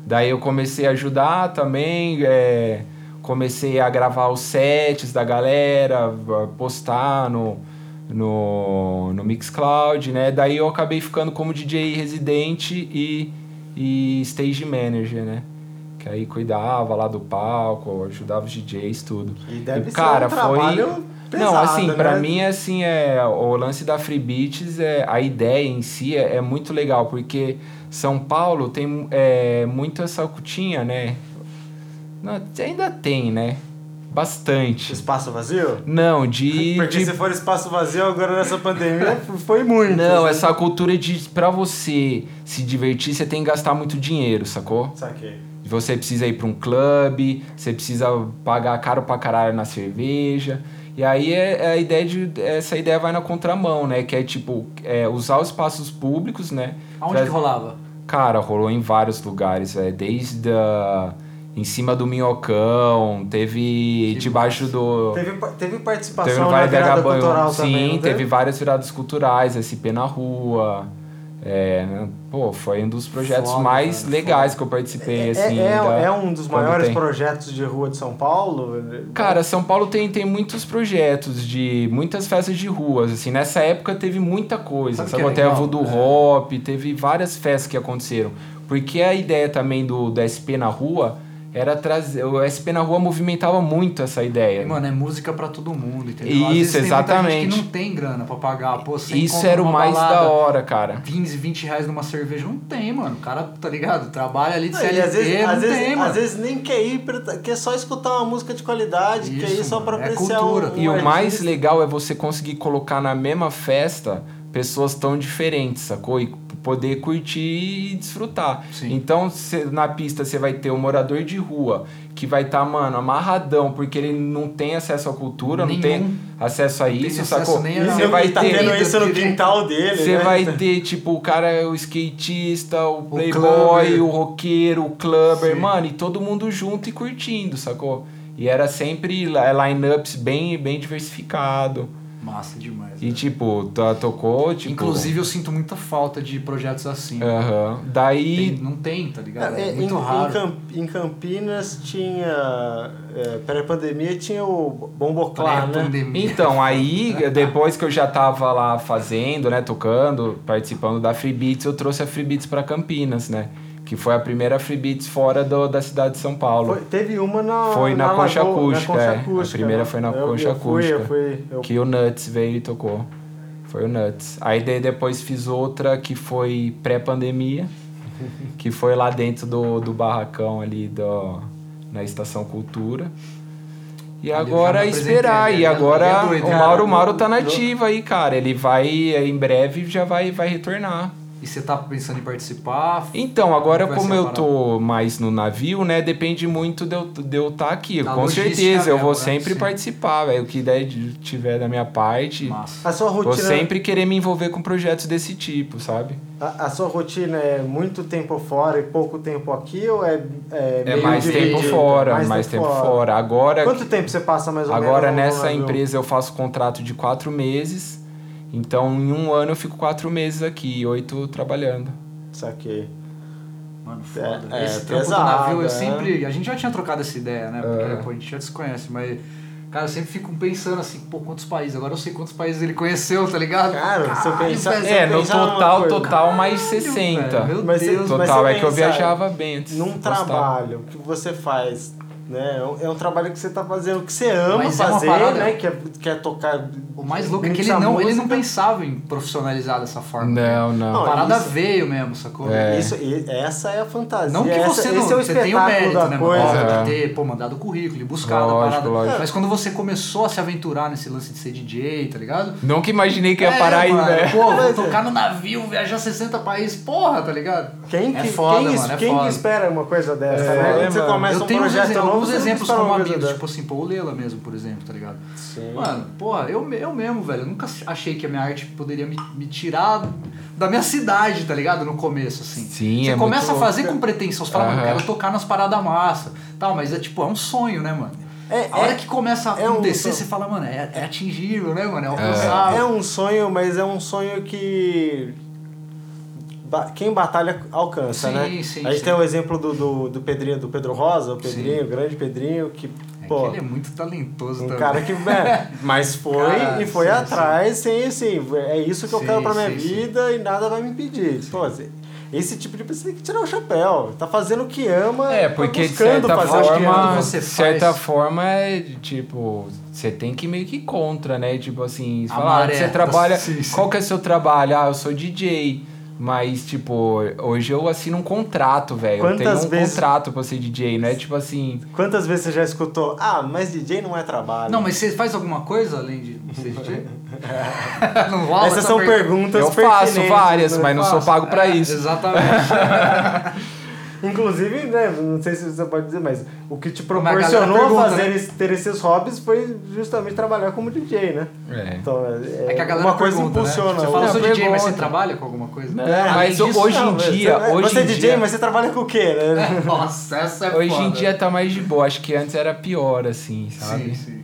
D: Daí eu comecei a ajudar também, é, comecei a gravar os sets da galera, a postar no, no, no Mixcloud, né? Daí eu acabei ficando como DJ residente e, e stage manager, né? Que aí cuidava lá do palco, ajudava os DJs, tudo.
B: E deve
D: E,
B: ser
D: cara,
B: um
D: foi-
B: trabalho pesado,
D: Não, assim,
B: né?
D: pra mim, assim, é o lance da Free Beats, é, a ideia em si é, é muito legal, porque São Paulo tem é, muito essa cutinha, né? Não, ainda tem, né? Bastante.
B: Espaço vazio?
D: Não, de...
B: Porque
D: de-
B: se for espaço vazio agora nessa pandemia, (laughs) foi muito.
D: Não, essa cultura de pra você se divertir, você tem que gastar muito dinheiro, sacou?
B: Saquei.
D: Você precisa ir pra um clube, você precisa pagar caro pra caralho na cerveja. E aí é, é a ideia de. Essa ideia vai na contramão, né? Que é tipo, é, usar os espaços públicos, né?
A: Aonde
D: Traz-
A: que rolava?
D: Cara, rolou em vários lugares, é desde a, em cima do Minhocão, teve
A: Que
D: debaixo do.
B: Teve, pa- teve participação
D: Teve no
B: na
D: Vale da
B: virada
D: Gabanhão.
B: cultural
D: Sim,
B: também, não
D: teve várias viradas culturais, SP na rua. É, né? pô, foi um dos projetos
A: Foda,
D: mais
A: cara,
D: legais que eu participei,
B: É,
D: assim.
B: é-
D: da-
B: é um dos
D: quando
B: maiores
D: tem.
B: projetos de rua de São Paulo.
D: Cara, São Paulo tem, tem muitos projetos de muitas festas de ruas, assim, nessa época teve muita coisa,
A: Sabe
D: sabe?
A: que é
D: Até a
A: legal?
D: do
A: É.
D: Hop, teve várias festas que aconteceram. Porque a ideia também do, do SP na rua era trazer. O SP na rua movimentava muito essa ideia.
A: E, mano, é música pra todo mundo, entendeu?
D: Isso,
A: Às vezes tem muita
D: exatamente.
A: gente que não tem grana pra pagar, pô, você
D: Isso
A: encontra
D: era o
A: numa
D: mais
A: balada,
D: da hora, cara.
A: 15, 20 reais numa cerveja, não tem, mano. O cara, tá ligado? Trabalha ali de
B: Não,
A: CLT,
B: e às vezes,
A: não
B: às,
A: tem,
B: vezes,
A: mano.
B: às vezes nem quer ir, pra- tá, quer só escutar uma música de qualidade, quer
A: Isso,
B: ir só pra
A: mano, é
B: apreciar
A: cultura.
B: um, um
D: E o mais
B: artista.
D: legal é você conseguir colocar na mesma festa pessoas tão diferentes, sacou? E poder curtir e desfrutar.
A: Sim.
D: Então, cê- na pista você vai ter o morador de rua que vai estar, mano, amarradão, porque ele não tem acesso à cultura,
A: Nenhum.
D: não tem acesso a
A: tem
D: isso,
A: acesso
D: sacou?
A: nem a-
B: E
A: Não,
D: Você
B: não-
D: vai
B: e tá
D: ter
B: tendo isso no
A: direito.
B: quintal dele,
D: você
B: né?
D: vai ter, tipo, o cara, o skatista, o playboy,
A: clubber.
D: o, roqueiro, o clubber,
A: Sim.
D: mano, e todo mundo junto e curtindo, sacou? E era sempre li- lineups bem, bem diversificado.
A: Massa demais.
D: E
A: né?
D: tipo, to- tocou, tipo. É,
A: Inclusive, eu sinto muita falta de projetos assim.
D: Aham. Daí.
A: Tem- não tem, tá ligado?
B: É,
A: É,
B: em-
A: muito
B: em,
A: raro.
B: Camp- em Campinas tinha. É, Pré-pandemia tinha o Bomboclar,
A: Claro,
B: né?
D: Então, aí, depois que eu já tava lá fazendo, né, tocando, participando da Free Beats, eu trouxe a Free Beats pra Campinas, né? Que foi a primeira Free Beats fora do- da cidade de São Paulo.
B: Foi- teve uma na.
D: Foi na concha
B: Lagoa-
D: acústica,
B: na
D: é.
B: concha
D: A
B: acústica. né?
D: primeira foi na
B: Eu-
D: concha
B: eu fui, eu
D: acústica.
B: fui, eu-
D: Que o Nuts veio e tocou. Foi o Nuts. Aí daí depois fiz outra que foi
A: (laughs)
D: pré-pandemia, que foi lá dentro do, do barracão ali do, na Estação Cultura.
A: Ali eu
D: E
A: já
D: agora
A: me apresentei,
D: esperar.
A: ali
D: E
A: é-
D: agora
A: ali é doido,
D: o
A: cara.
D: Mauro Mauro tá na
B: Eu-
D: ativa aí, cara. Ele vai é, em breve já vai, vai retornar.
A: E você tá pensando em participar?
D: Então, agora
A: Vai
D: como
A: ser a
D: eu
A: parada.
D: tô mais no navio, né? Depende muito de eu estar de eu tá aqui.
A: Da
D: Com
A: logística
D: certeza, eu
A: mesmo,
D: vou
A: né?
D: sempre
A: Sim.
D: participar, velho. O que ideia tiver da minha parte.
A: Massa.
B: A sua
D: Vou
B: rotina.
D: sempre querer me envolver com projetos desse tipo, sabe?
B: A, a sua rotina é muito tempo fora e pouco tempo aqui ou é. É,
D: É
B: meio
D: mais
B: dividido?
D: tempo fora, mais, tempo fora. Agora,
B: Quanto tempo você passa mais ou
D: agora
B: menos? no-
D: nessa
B: no-
D: empresa eu faço contrato de quatro meses. Então, em um ano eu fico quatro meses aqui, oito trabalhando.
B: Saquei.
A: Mano, foda.
B: É, é
A: Esse trampo
B: pesado,
A: do navio,
B: é.
A: eu sempre. A gente já tinha trocado essa ideia, né? Porque pô, a gente já desconhece, mas. Cara, eu sempre fico pensando assim, pô, quantos países? Agora eu sei quantos países ele conheceu, tá ligado?
B: Cara, você pensa-
A: velho.
B: Mas
D: é,
B: eu
D: no
B: pensava uma
D: total,
B: coisa.
D: total, mais
A: Caralho,
D: 60.
A: velho, Meu
B: Mas
A: Deus,
B: você-
D: Total, é
B: pensa,
D: que eu viajava bem antes.
B: Num
D: gostava.
B: trabalho que você faz, né? É um- É um trabalho que você tá fazendo que você ama
A: Mas é uma
B: fazer,
A: parada-
B: né? Que é, que é tocar.
A: O mais louco é que ele
B: muita
A: não, ele não
B: música.
A: pensava em profissionalizar dessa forma.
D: Não, não.
A: A
B: Não,
A: parada
B: isso-
A: veio mesmo, sacou?
B: Isso, e- essa é a fantasia.
A: Não que
B: essa,
A: você
B: esse
A: não,
B: é o
A: você tem o
B: espetáculo
A: mérito,
B: da
A: né? mano?
B: coisa.
A: Óbvio,
D: É.
A: de ter, pô, mandado o currículo, e buscado a
D: Lógico,
A: parada.
D: lógico.
A: Mas quando você começou a se aventurar nesse lance de ser DJ, tá ligado?
D: Nunca imaginei que
B: é,
D: ia parar aí,
A: É, mano,
D: né?
A: Pô, vou
B: Mas é.
A: tocar no navio, viajar 60 países, porra, tá ligado?
B: Quem
A: É
B: que,
A: foda,
B: quem,
A: mano, é
B: quem
A: foda.
B: que espera uma coisa dessa, né?
D: É,
B: Quando você
D: mano.
B: começa
A: eu
B: um
A: tenho uns
B: projeto
A: exe-
B: novo,
A: alguns
B: você não
A: exemplos
B: espera
A: como
B: uma coisa
A: amigos,
B: dessa.
A: tipo assim, pô, o Lela mesmo, por exemplo, tá ligado?
B: né? Sim.
A: Mano, porra, eu, me- eu mesmo, velho, eu nunca achei que a minha arte poderia me, me tirar da minha cidade, tá ligado? No começo, assim.
D: Sim,
A: Você
D: é
A: começa
D: muito
A: a fazer com pretensão, você fala, mano, eu
D: Aham.
A: quero tocar nas paradas massa, tal, mas é tipo, é um sonho, né, mano?
B: É-
A: a hora
B: é-
A: que começa a
B: é um
A: acontecer,
B: sonho.
A: você fala, mano, é, é atingível, né, mano? É
B: É
A: alcançável.
B: um sonho, mas é um sonho que. ba- Quem batalha alcança,
A: Sim,
B: né?
A: sim,
B: a gente
A: sim.
B: tem o exemplo do, do, do Pedrinho, do Pedro Rosa, o Pedrinho, o grande Pedrinho, que,
A: É,
B: pô,
A: que ele é muito talentoso
B: um
A: também.
B: cara
A: (laughs)
B: que. é, mas foi
A: Cara,
B: e foi
A: sim,
B: atrás, sim. sim, é isso que eu
A: Sim,
B: quero pra minha
A: sim, sim.
B: vida e nada vai me impedir. Pô, assim, esse tipo de pessoa tem que tirar o chapéu. Tá fazendo o que ama,
D: É, porque
B: tá
D: de
B: buscando
D: certa
B: fazer o que ama.
D: forma,
A: você faz.
D: certa forma é tipo, você tem que ir meio que contra, né? Tipo assim,
A: A
D: falar, ah,
A: maré.
D: você trabalha,
A: Sim, sim.
D: qual que é o seu trabalho? Ah, eu sou DJ. Mas, tipo, hoje eu assino um contrato, velho. Eu tenho
B: Quantas
D: um
B: vezes-
D: contrato pra ser DJ, não é tipo assim.
B: Quantas vezes você já escutou? Ah, mas DJ não é trabalho.
A: Não, mas você faz alguma coisa além de ser
B: (laughs)
A: DJ? Não rola
B: Essas
A: essa
B: são
A: pergunta?
B: perguntas
D: Eu faço
B: pertinentes,
D: várias,
B: né?
D: mas não sou
A: Faço.
D: pago pra
A: É,
D: isso.
A: Exatamente.
B: Inclusive, né, não sei se você pode dizer, mas o que te
A: galera
B: proporcionou
A: pergunta,
B: fazer
A: né?
B: esse- ter esses hobbies foi justamente trabalhar como DJ, né?
D: É.
B: Então, é,
A: É que a galera
B: uma coisa
A: pergunta, né?
B: impulsiona.
A: Você fala,
D: É,
A: eu sou DJ, mas você
D: pergunta.
A: trabalha com alguma coisa?
D: Não,
B: É,
A: Além
D: mas
A: disso,
D: hoje em
B: Não, mas
D: dia,
B: você,
D: hoje
B: você
D: em
B: é DJ,
D: dia,
B: mas você trabalha com o quê,
D: (laughs)
B: né?
A: (laughs) Nossa, essa é
D: hoje
A: foda.
D: em dia tá mais de boa. Acho que antes era pior, assim,
A: Sim,
D: sabe?
A: sim.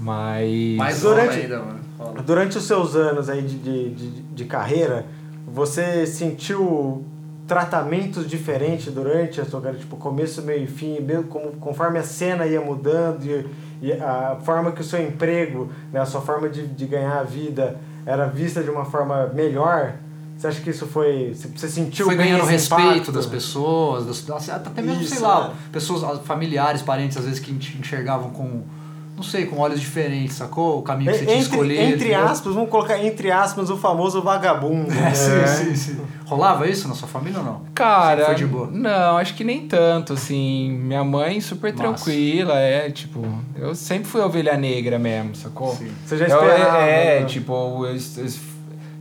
D: Mas.
A: Mas
B: durante-
A: durante... ainda, mano. Rola.
B: Durante os seus anos aí de, de, de, de carreira, Você sentiu tratamentos diferentes durante a sua carreira, tipo começo, meio e fim, mesmo como, conforme a cena ia mudando e, e a forma que o seu emprego, né, a sua forma de, de ganhar a vida era vista de uma forma melhor? Você acha que isso foi. Você sentiu
A: Foi
B: bem
A: ganhando
B: esse
A: respeito
B: impacto?
A: das pessoas, das- das- até mesmo,
B: Isso,
A: sei lá,
B: né?
A: pessoas, ah, familiares, parentes, às vezes que te enxergavam com, não sei, com olhos diferentes, sacou? O caminho que você tinha
B: É, Entre,
A: escolhido.
B: entre
A: entendeu?
B: aspas, vamos colocar entre aspas o famoso vagabundo. né?
A: É, sim, sim, sim. Rolava isso na sua família ou não? Sempre
D: Cara,
A: foi de boa.
D: não, acho que nem tanto, assim. Minha mãe super
A: Massa.
D: tranquila, é, tipo, eu sempre fui ovelha negra mesmo, sacou?
A: Sim.
B: Você já
D: Eu-
B: esperava.
D: é,
B: né?
D: tipo, eu, eu-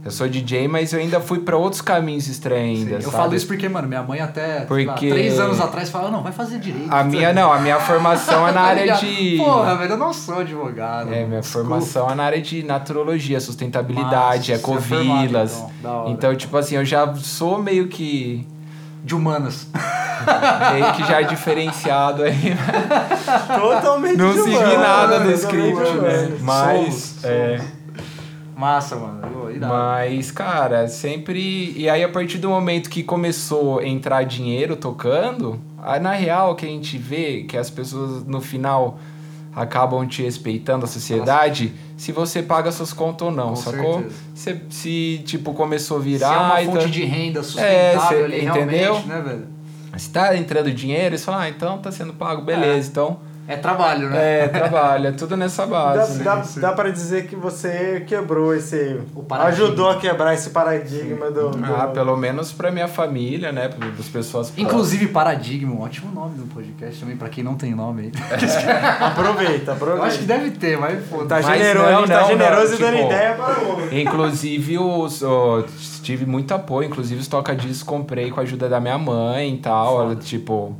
D: eu sou DJ, mas eu ainda fui pra outros caminhos estranhos
A: Sim.
D: ainda,
A: Eu
D: sabe?
A: falo isso porque, mano, minha mãe até sei lá,
D: Porque-
A: três anos atrás falava, não, vai fazer direito. (laughs)
D: A minha, não, a minha formação é na
A: Tá
D: área
A: ligado?
D: de...
A: Porra, velho, eu não sou advogado.
D: É, minha
A: Desculpa.
D: formação é na área de naturologia, sustentabilidade,
A: Massa, você é formado,
D: ecovilas.
A: então, da hora.
D: então, tipo assim, eu já sou meio que...
A: De humanas. (laughs)
D: meio que já diferenciado aí,
B: Totalmente
D: Não
B: de
D: segui
B: humano,
D: nada do
B: totalmente
D: script,
B: de
D: né?
B: humano.
D: Mas, é,
A: Massa, mano. Ô, irado.
D: mas, cara, sempre. E aí, a partir do momento que começou a entrar dinheiro tocando, aí, na real, o que a gente vê que as pessoas no final acabam te respeitando a sociedade se você paga suas contas ou não,
A: Com
D: sacou?
A: certeza.
D: Se, se, tipo, começou a
A: Se
D: virar.
A: é uma
D: e
A: fonte
D: tá-
A: de renda sustentável
D: cê-
A: ali,
D: entendeu?
A: realmente, né, velho?
D: Se tá entrando dinheiro, você fala, ah, então tá sendo pago, beleza. Então,
A: É trabalho, né?
D: é, trabalha, tudo nessa
B: Dá,
D: base. né?"
B: dá, dá pra dizer que você quebrou esse.
A: O paradigma.
B: Ajudou a quebrar esse paradigma do. do-
D: Ah, pelo menos pra minha família, né? Para as pessoas
A: Inclusive, Paradigma, um ótimo nome do podcast também, pra quem não tem nome aí.
D: É.
A: (laughs) Eu acho
B: Aproveita, aproveita.
A: que deve ter, mas foda
B: Tá
D: Mas
B: generoso,
D: não,
B: a gente tá
D: não,
B: generoso
D: não,
B: e dando
D: tipo-
B: ideia para o outro.
D: Inclusive, os, ó, tive muito apoio. Inclusive, os toca-discos comprei com a ajuda da minha mãe e tal.
A: Foda.
D: ela, Tipo,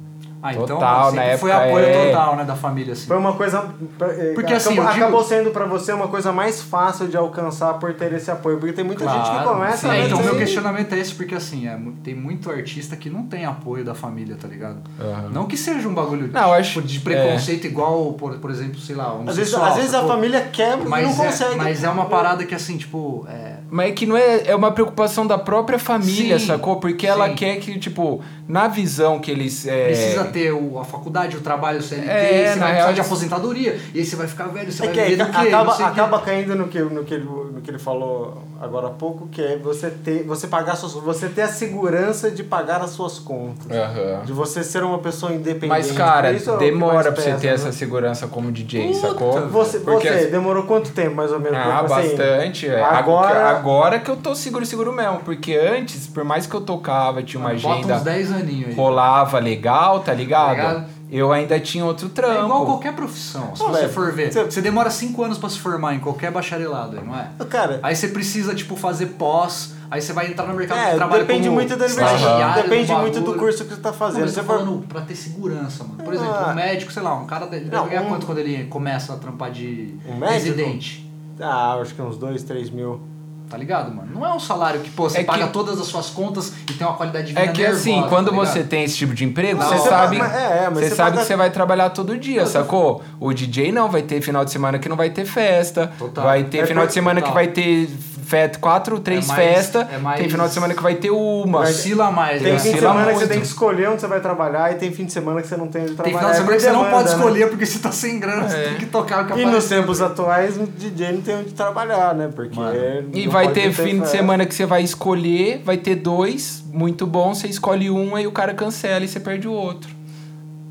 A: Ah, então
D: Total,
A: sempre
D: na
A: foi
D: época,
A: apoio
D: é.
A: total, né, da família, assim.
B: Foi uma coisa. eh,
A: Porque,
B: acabou,
A: assim, eu digo-
B: acabou sendo pra você uma coisa mais fácil de alcançar por ter esse apoio. Porque tem muita gente que
A: Claro.
B: começa.
A: É,
B: né,
A: então,
B: sem-
A: meu questionamento é esse, porque assim, é, mu- tem muito artista que não tem apoio da família, tá ligado?
D: Aham.
A: Não que seja um bagulho
D: Não, eu acho-
A: de preconceito igual, por, por exemplo, sei lá,
B: Às vezes,
A: homossexual.
B: às vezes a
A: sacou?
B: família quer e não
A: mas é,
B: consegue.
A: Mas é uma parada que, assim, tipo, é,
D: mas é que não é, é uma preocupação da própria família,
A: Sim,
D: sacou? Porque ela
A: sim.
D: quer que, tipo, na visão que eles. É,
A: precisa ter o- a faculdade, o trabalho, o CLT, e
D: É,
A: você vai
D: na real,
A: precisar de
D: eles-
A: aposentadoria, e aí você vai ficar velho, você
B: É
A: vai
B: que aí
A: viver do quê?
B: acaba,
A: Não sei o quê.
B: acaba caindo no que, no, que ele, no que ele falou agora há pouco, que é você ter, você pagar suas, você ter a segurança de pagar as suas contas.
D: aham.
B: De você ser uma pessoa independente.
D: Mas, cara,
B: Por isso é o que mais
D: demora pra você
B: pesa,
D: ter
B: né?
D: essa segurança como DJ, sacou?
B: Você,
D: Porque
B: você demorou quanto tempo, mais ou menos?
D: Ah,
B: pra- assim,
D: bastante. é.
B: agora-
D: Agora... agora que eu tô seguro, seguro mesmo. Porque antes, por mais que eu tocava, tinha uma
A: Ah, Bota uns
D: agenda,
A: 10 aninhos aí.
D: rolava legal, tá ligado?
A: Tá ligado?
D: Eu ainda tinha outro trampo.
A: É igual qualquer profissão, se
B: Pô,
A: você
B: velho,
A: for ver.
B: você-
A: Você demora 5 anos pra se formar em qualquer bacharelado, aí, não é?
B: Cara,
A: Aí você precisa, tipo, fazer pós, aí você vai entrar no mercado
B: é,
A: de trabalho
B: depende
A: como
B: muito da
A: estagiário
B: universidade. Depende muito do
A: bagulho.
B: curso que você tá
A: Não,
B: fazendo.
A: mas
B: Você
A: eu tô
B: for-
A: falando pra ter segurança, mano. Por exemplo,
B: Ah.
A: um médico, sei lá, um cara dele
B: Não,
A: deve ganhar
B: um-
A: quanto quando ele começa a trampar de
B: Um médico?
A: residente.
B: Ah, acho que uns 2, 3 mil.
A: Tá ligado, mano? Não é um salário que, pô, você
D: É que-
A: paga todas as suas contas e tem uma qualidade de vida
D: É que
A: nervosa,
D: assim, quando
A: tá ligado?
D: você tem esse tipo de emprego,
A: Não,
D: você
A: você
D: sabe,
B: paga- é, é, mas
D: você
B: você
D: sabe
B: paga-
D: que você vai trabalhar todo dia, sacou? O DJ não vai ter final de semana que não vai ter festa,
A: Total.
D: vai ter
A: É
D: final
A: por-
D: de semana
A: total.
D: que vai ter fe- quatro, três
A: mais-
D: festas,
A: é mais-
D: tem final de semana que vai ter uma.
A: Oscila mais,
B: Tem
A: né?
B: fim de
D: Oscila
B: semana que você
D: muito.
B: tem que escolher onde você vai trabalhar e tem fim de semana que você não tem onde
A: Tem
B: trabalhar.
A: final de semana
B: É
A: que você não
B: demanda,
A: pode
B: né?
A: escolher porque você tá sem grana, você tem que tocar o que
B: E nos
A: aparece.
B: tempos atuais, o DJ não tem onde trabalhar, né? Porque.
A: Mano.
D: E
B: não
D: vai
B: pode
D: ter fim de
B: festa.
D: semana que você vai escolher, vai ter dois, muito bom, você escolhe um aí o cara cancela e você perde o outro.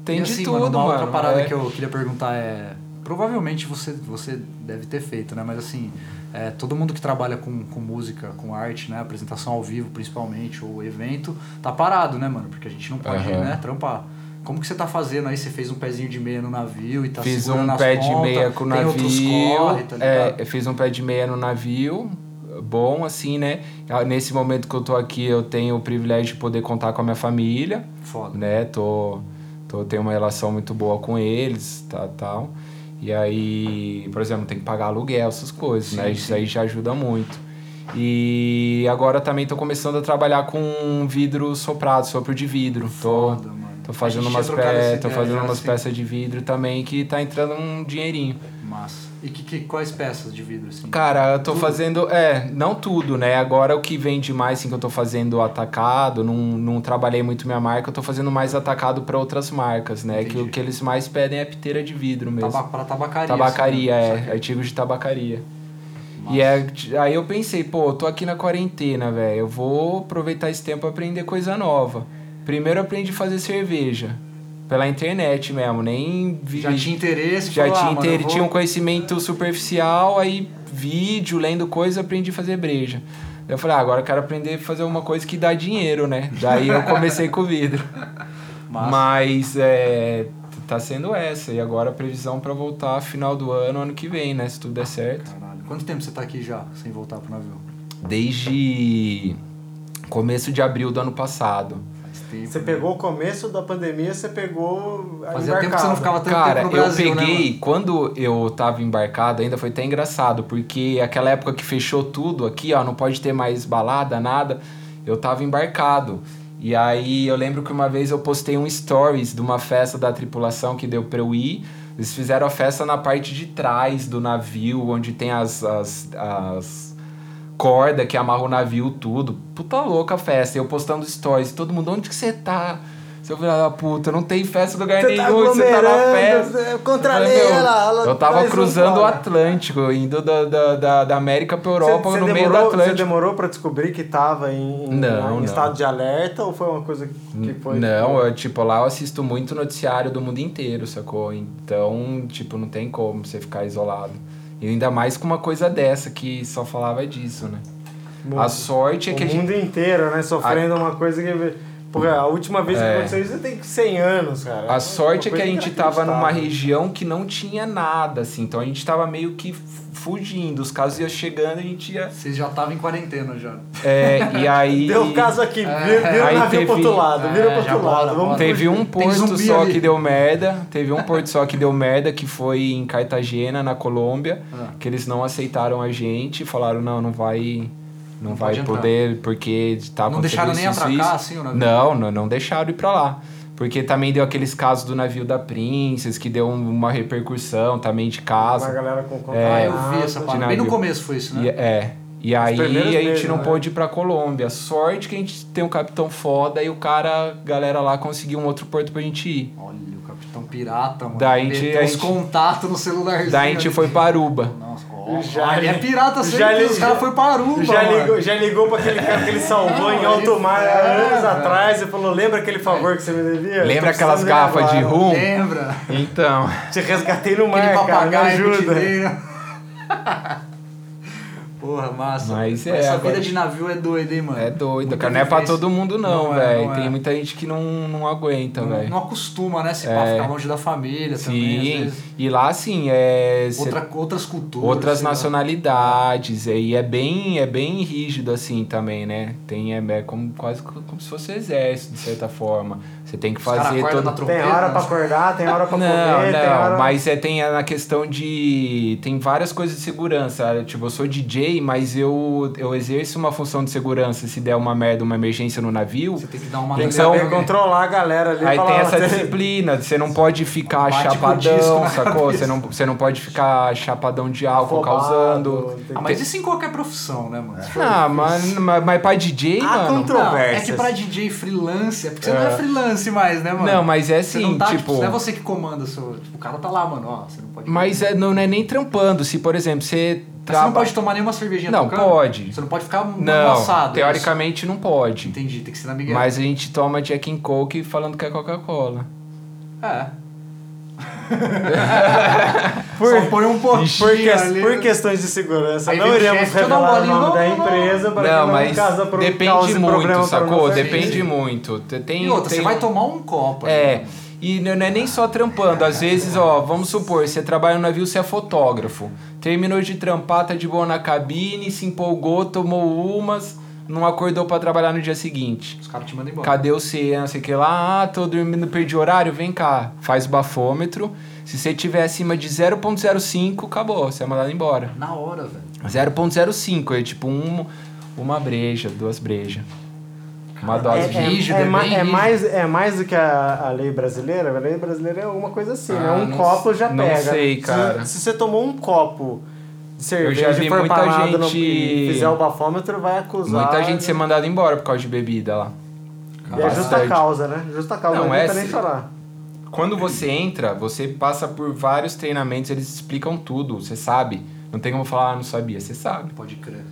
D: Tem
A: E
D: de
A: assim,
D: tudo, mano.
A: mano. Uma outra parada
D: é.
A: que eu queria perguntar é. Provavelmente você, você deve ter feito, né? Mas assim, é, todo mundo que trabalha com, com música, com arte, né? Apresentação ao vivo, principalmente, ou evento, tá parado, né, mano? Porque a gente não pode,
D: Aham.
A: né, trampar. Como que você tá fazendo aí? Você fez um pezinho de meia no navio e tá
D: fiz
A: segurando
D: um
A: as
D: pé de
A: pontas,
D: meia com o
A: tem outros
D: navio.
A: corre, tá
D: é,
A: ligado?
D: eu fiz um pé de meia no navio. Bom, assim, né? Ah, Nesse momento que eu tô aqui, eu tenho o privilégio de poder contar com a minha família,
A: Foda.
D: né? Tô, tô tenho uma relação muito boa com eles, tá, tal. E aí, por exemplo, tem que pagar aluguel, essas coisas, né? Isso aí já ajuda muito. E agora também tô começando a trabalhar com vidro soprado, sopro de vidro. Tô,
A: Foda, mano.
D: Tô fazendo
A: tinha
D: umas, pe...
A: trocado essa
D: tô
A: ideia
D: fazendo
A: já,
D: umas
A: assim.
D: peças de vidro também que tá entrando um dinheirinho.
A: Massa. E que, que- quais peças de vidro, assim?
D: Cara, eu tô fazendo. É, não tudo, né? Agora o que vende mais, assim, que eu tô fazendo atacado, não, não trabalhei muito minha marca, eu tô fazendo mais atacado pra outras marcas, né? Que o
A: Entendi.
D: que eles mais pedem é piteira de vidro mesmo.
A: Taba pra tabacaria.
D: Tabacaria,
A: assim, né?
D: é. Artigos de tabacaria.
A: Massa.
D: E é, aí eu pensei, pô, eu tô aqui na quarentena, velho. Eu vou aproveitar esse tempo pra aprender coisa nova. Primeiro eu aprendi a fazer cerveja. Pela internet mesmo, nem vi.
A: Já tinha interesse.
D: já
A: falou,
D: tinha,
A: ah, mano,
D: inter-
A: eu vou-
D: tinha um conhecimento superficial, aí vídeo, lendo coisa, aprendi a fazer breja. Daí Eu falei, ah, agora eu quero aprender a fazer uma coisa que dá dinheiro, né? Daí eu comecei com o vidro.
A: (laughs)
D: um
A: Massa.
D: Mas é, tá sendo essa. E agora a previsão pra voltar final do ano, ano que vem, né? Se tudo der certo.
A: Caralho. Quanto tempo você tá aqui já, sem voltar pro navio?
D: Desde começo de abril do ano passado.
A: Faz tempo.
B: Você
A: né?
B: pegou o começo da pandemia, você pegou a
A: Fazia tempo que você
B: embarcada.
A: não ficava tanto
D: Cara,
A: tempo no Brasil,
D: eu peguei,
A: né,
D: quando eu tava embarcado ainda, foi até engraçado, porque aquela época que fechou tudo aqui, ó, não pode ter mais balada, nada, eu tava embarcado. E aí eu lembro que uma vez eu postei um stories de uma festa da tripulação que deu pra eu ir. Eles fizeram a festa na parte de trás do navio, onde tem as- as, as corda que amarra o navio, tudo. Puta louca a festa. Eu postando stories, todo mundo, onde que você tá? Seu filho da puta, não tem festa em lugar
B: Você tá
D: nenhum, você tá na
B: aglomerando,
D: festa.
B: é, contra a
D: Eu falei,
B: lei,
D: meu,
B: ela- ela
D: Eu tava
B: traz um
D: cruzando o
B: fora.
D: Atlântico, indo da, da, da, da América pra Europa,
B: Você- você
D: no meio do
B: demorou- Você
D: Atlântico.
B: demorou pra descobrir que tava em, em- em
D: Não, não.
B: estado de alerta ou foi uma coisa que foi.
D: Não, eu, tipo, lá eu assisto muito noticiário do mundo inteiro, sacou? Então, tipo, não tem como você ficar isolado. E ainda mais com uma coisa dessa, que só falava disso, né?
B: Bom,
D: a sorte é que a
B: o
D: gente
B: mundo inteiro, né? Sofrendo uma coisa que. Porque a última vez que
D: É.
B: aconteceu isso tem 100 anos, cara.
D: A sorte é que a gente tava numa
B: região.
D: região que não tinha nada, assim. Então a gente tava meio que f- fugindo. Os casos iam chegando, a gente ia.
A: Você já tava em quarentena já.
D: É,
B: (laughs)
D: e aí.
B: Deu o caso aqui, vira, vira
D: Aí
B: o navio
D: teve-
B: pro outro lado, vira pro
A: é, já
B: outro
A: bora,
B: lado. Vamos
A: bora.
D: Teve um porto
A: zumbi
D: só
A: ali.
D: que deu merda. Teve um porto só que deu merda, que foi em Cartagena, na Colômbia.
A: Ah.
D: Que eles não aceitaram a gente. Falaram, não, não vai. Não,
A: Não
D: vai
A: pode entrar.
D: poder, porque tá
A: Não deixaram
D: acontecendo
A: nem
D: isso, isso,
A: atracar, assim, o navio?
D: Não, não, não deixaram ir pra lá. Porque também deu aqueles casos do navio da Princess, que deu um, uma repercussão também de
B: Uma
D: casa.
B: galera com contato.
A: Ah, eu vi essa
B: Ah,
A: parada.
D: É, de
A: Bem no
D: navio.
A: começo foi isso,
D: E,
A: né?
D: é. E aí a
B: primeiros
D: gente
B: meses,
D: não
B: né?
D: pôde ir pra Colômbia. Sorte que a gente tem um capitão foda e o cara, a galera lá, conseguiu um outro porto pra gente ir.
A: Olha, o Capitão Pirata, mano.
D: Daí a gente-
A: Meteu
D: a
A: uns
D: gente-
A: contatos no celularzinho.
D: Daí a gente
A: ali.
D: foi pra Aruba.
A: Nossa, ó,
B: Já
A: ó, ele é
B: li-
A: pirata sempre,
B: já li-
A: os caras foram para Aruba,
B: Já
A: mano.
B: ligou, já ligou pra aquele cara que ele salvou em alto mar há anos atrás e falou: Lembra aquele favor que você me devia? Eu tô
D: Lembra aquelas
B: precisando
D: garrafas de
B: agora.
D: rum?
A: Lembra?
D: Então.
B: Te resgatei
A: Aquele
B: no mar, cara, me
A: papagaio que eu te
B: ajuda.
A: dei, né?
D: (laughs)
A: Porra, massa.
D: Mas é,
A: Essa
D: agora-
A: vida de navio é doida, hein, mano?
D: É doido,
A: Muita
D: cara. Não é pra
A: vivência.
D: todo mundo, não,
A: Não é,
D: velho.
A: não é.
D: Tem muita gente que não, não aguenta,
A: Não,
D: velho.
A: não acostuma, né? Se pá, ficar longe da família também. às
D: É. Sim.
A: vezes.
D: E lá, assim, é. cê-
A: Outra- outras culturas.
D: outras
A: sei lá.
D: nacionalidades. é, E é bem, é bem rígido, assim, também, né? Tem, é, é como, quase como se fosse exército, de certa forma. Você tem que
A: Os cara
D: fazer
A: acorda
D: todo.
A: na né? trompeta.
B: Tem hora pra acordar, tem hora pra comer, tem
D: não,
B: hora.
D: mas é, tem a questão de. Tem várias coisas de segurança. Tipo, eu sou DJ, mas eu, eu exerço uma função de segurança. Se der uma merda, uma emergência no navio,
A: Você tem que dar uma
D: Tem que
A: releva,
D: saber
B: Tem que
A: né?
B: controlar a galera ali.
D: Aí
B: falar,
D: tem
B: "Ó,
D: essa
B: você-
D: disciplina, você não pode ficar
A: Bate com o disco né?"
D: chapadão,
A: na
D: sacou?
A: cabeça.
D: Você
A: (laughs)
D: não, você não pode ficar chapadão de álcool
B: Afobado,
D: causando.
B: tem-
A: Ah, mas isso em qualquer profissão, né, mano?
D: Ah, mas, mas, mas pra DJ,
B: Ah,
D: mano.
B: contra-
A: Não, é
B: Controversas.
A: que pra DJ freelance, é porque você não é freelance mais, né, mano?
D: Não, mas é
A: Você
D: assim,
A: não tá,
D: tipo.
A: Não é você que comanda, seu, tipo, o cara tá lá, mano, ó, você não pode...
D: Mas é- não é nem trampando. Se, por exemplo, você
A: Mas você não
D: traba-
A: pode tomar nenhuma cervejinha
D: Não,
A: tocando?
D: pode.
A: Você não pode ficar
D: Não,
A: embaçado.
D: teoricamente não pode.
A: é Entendi, tem que ser na Miguel.
D: Mas a gente toma Jack and Coke falando que é Coca-Cola.
A: É.
D: (laughs)
B: Por-
A: Só põe um pouquinho
B: Por, que-
A: ali.
B: por questões de segurança,
A: Aí
B: não
A: vem o
B: iremos
A: chefe, deixa eu dar um
B: revelar o
A: bolinho,
B: nome
A: não,
B: da
A: não, não.
B: empresa para
D: não,
B: que não é
D: mas
B: casa pro,
D: depende
B: cause
D: muito,
B: problema pra
D: sacou?
B: você.
D: Depende muito. Tem,
A: E outra,
D: tem...
A: você vai tomar um copo. ali,
D: É.
A: mano.
D: E não não é nem só trampando, às vezes, ó, vamos supor, você trabalha no navio, você é fotógrafo. Terminou de trampar, tá de boa na cabine, se empolgou, tomou umas, não acordou pra trabalhar no dia seguinte.
A: Os caras te mandam embora.
D: Cadê você? Não sei o que lá, ah, tô dormindo, perdi horário, vem cá. Faz o bafômetro. Se você tiver acima de 0.05, acabou, você é mandado embora.
A: Na hora, velho.
D: 0.05, é tipo um, uma breja, duas brejas. Uma dose
A: é-
D: rígida.
A: rígido, é
B: ma-
A: bem
B: é
A: rígido.
B: mais, é mais do que a, a lei brasileira. A lei brasileira é alguma coisa assim, né?
D: Ah,
B: Um
D: não
B: copo
D: s-
B: já
D: não
B: pega.
D: sei,
B: Se-
D: cara.
B: Se, você tomou um copo de
D: já
B: cerveja
D: vi
B: e for
D: muita
B: parado no-
D: gente-
B: e fizer o bafômetro, vai acusar.
D: Muita gente ser mandada embora por causa de bebida lá.
B: E é justa
D: Bastante.
B: causa, né? Justa causa, não,
D: Não, é
B: adianta nem
D: se-
B: chorar.
D: Quando você entra, você passa por vários treinamentos, eles explicam tudo, você sabe. Não tem como falar, ah, não sabia, você sabe.
A: Pode crer.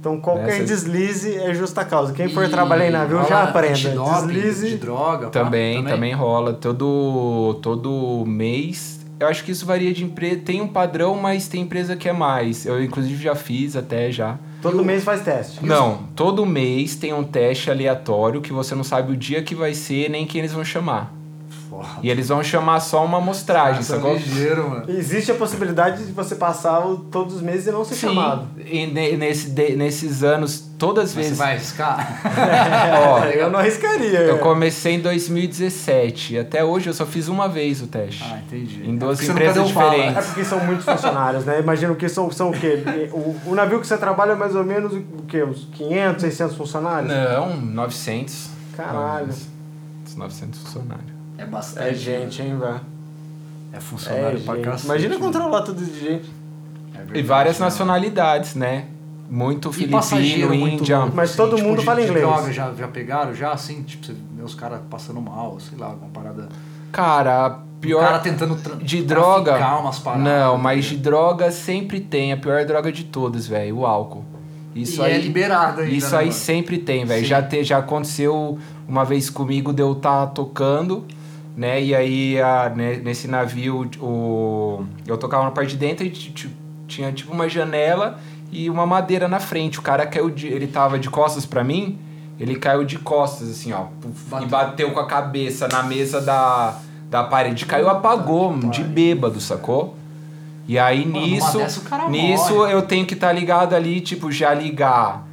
B: Então qualquer
D: Nessa-
B: deslize é justa causa. Quem for
A: E
B: trabalhar em navio
A: rola
B: já aprenda.
A: antidoping, De
B: Deslize.
A: droga. pá,
D: Também, também, rola. Todo, todo mês. Eu acho que isso varia de empresa. Tem um padrão, mas tem empresa que é mais. Eu, inclusive, já fiz até já.
B: Todo mês faz teste.
D: Não, todo mês tem um teste aleatório que você não sabe o dia que vai ser nem quem eles vão chamar.
A: Foda.
D: E eles vão chamar só uma amostragem,
A: Nossa,
D: sacou?
A: ligeiro, mano.
B: Existe a possibilidade de você passar o- todos os meses e não ser chamado.
D: e ne- nesse, de- nesses anos, todas
A: Mas
D: as
A: Você
D: vezes.
A: vai arriscar? (laughs)
D: (laughs)
B: (laughs)
D: Ó,
B: eu não arriscaria.
D: eu comecei em 2017. Até hoje eu só fiz uma vez o teste.
A: Ah, entendi.
D: Em duas
A: Porque você nunca
D: empresas
A: deu bala.
D: diferentes.
B: É porque são muitos funcionários, né? Imagino que são, são o quê? O, o navio que você trabalha é mais ou menos o quê? Uns 500, 600 funcionários?
D: Não, 900.
B: Caralho.
D: Os 900 funcionários.
A: É bastante.
B: É gente, hein, velho?
A: É
B: É
A: funcionário pra
B: gente.
A: cacete.
D: né?
B: Imagina
A: mano.
B: controlar tudo de gente.
A: É verdade,
D: um. E várias
A: né?
D: nacionalidades, né? Muito filipino,
A: passageiro, muito
D: índia.
A: louco, assim, tipo,
B: Mas todo mundo
A: de-
B: fala
A: de
B: inglês.
A: droga, já, já pegaram, já assim, tipo, você vê os caras passando mal, sei lá, alguma parada.
D: Cara, a pior.
A: O cara tentando tra-
D: de
A: traficar
D: droga.
A: umas paradas. né?
D: Não, mas de droga sempre tem. A pior droga de todas, velho. O álcool. Isso
A: e
D: aí.
A: é liberado ainda.
D: Isso
A: né,
D: aí
A: mano?
D: sempre tem, velho.
A: Sim.
D: Já, te- já aconteceu uma vez comigo de eu estar tocando, né? E aí a- ne- nesse navio o, eu tocava na parte de dentro e ti- ti- tinha tipo uma janela e uma madeira na frente. O cara caiu de. Ele tava de costas pra mim, ele caiu de costas, assim, ó. puf,
A: Bateu.
D: E bateu com a cabeça na mesa da, da parede. Caiu, apagou, de bêbado, sacou? E aí
A: Mano, numa
D: nisso.
A: dessa o cara
D: Nisso
A: morre.
D: eu tenho que estar ligado ali, tipo, já ligar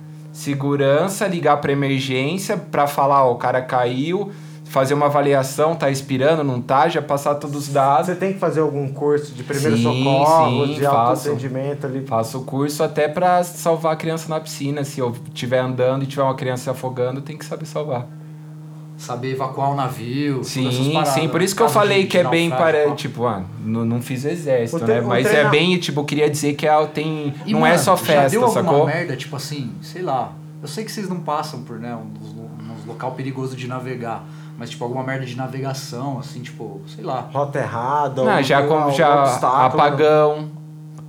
D: segurança, ligar pra emergência pra falar, ó, o cara caiu, fazer uma avaliação, tá expirando, não tá, já passar todos os dados.
B: Ah, Você tem que fazer algum curso de primeiro
D: Sim,
B: socorro,
D: sim,
B: de
D: faço.
B: autoatendimento ali.
D: Faço o curso até pra salvar a criança na piscina. Se eu estiver andando e tiver uma criança se afogando, tem que saber salvar.
A: Saber evacuar o navio. todas essas
D: Sim,
A: paradas.
D: sim. Por isso que eu
A: Caso de- um
D: falei que
A: de
D: é bem
A: naufrágio,
D: para.
A: pá.
D: Tipo, ah, não, não fiz o exército,
B: O tre-
D: né?
B: o
D: Mas é
B: treina-
D: bem, tipo, queria dizer que ah, tem.
A: E,
D: não é
A: mano,
D: só festa,
A: já deu alguma
D: sacou?
A: merda, tipo assim, sei lá. Eu sei que vocês não passam por, né, um, dos, um local perigoso de navegar. Mas, tipo, alguma merda de navegação, assim, tipo, sei lá.
B: Rota errada,
D: Não,
B: algum-
D: já, com-
B: algum
D: já
B: obstáculo.
D: apagão.
A: O Um navio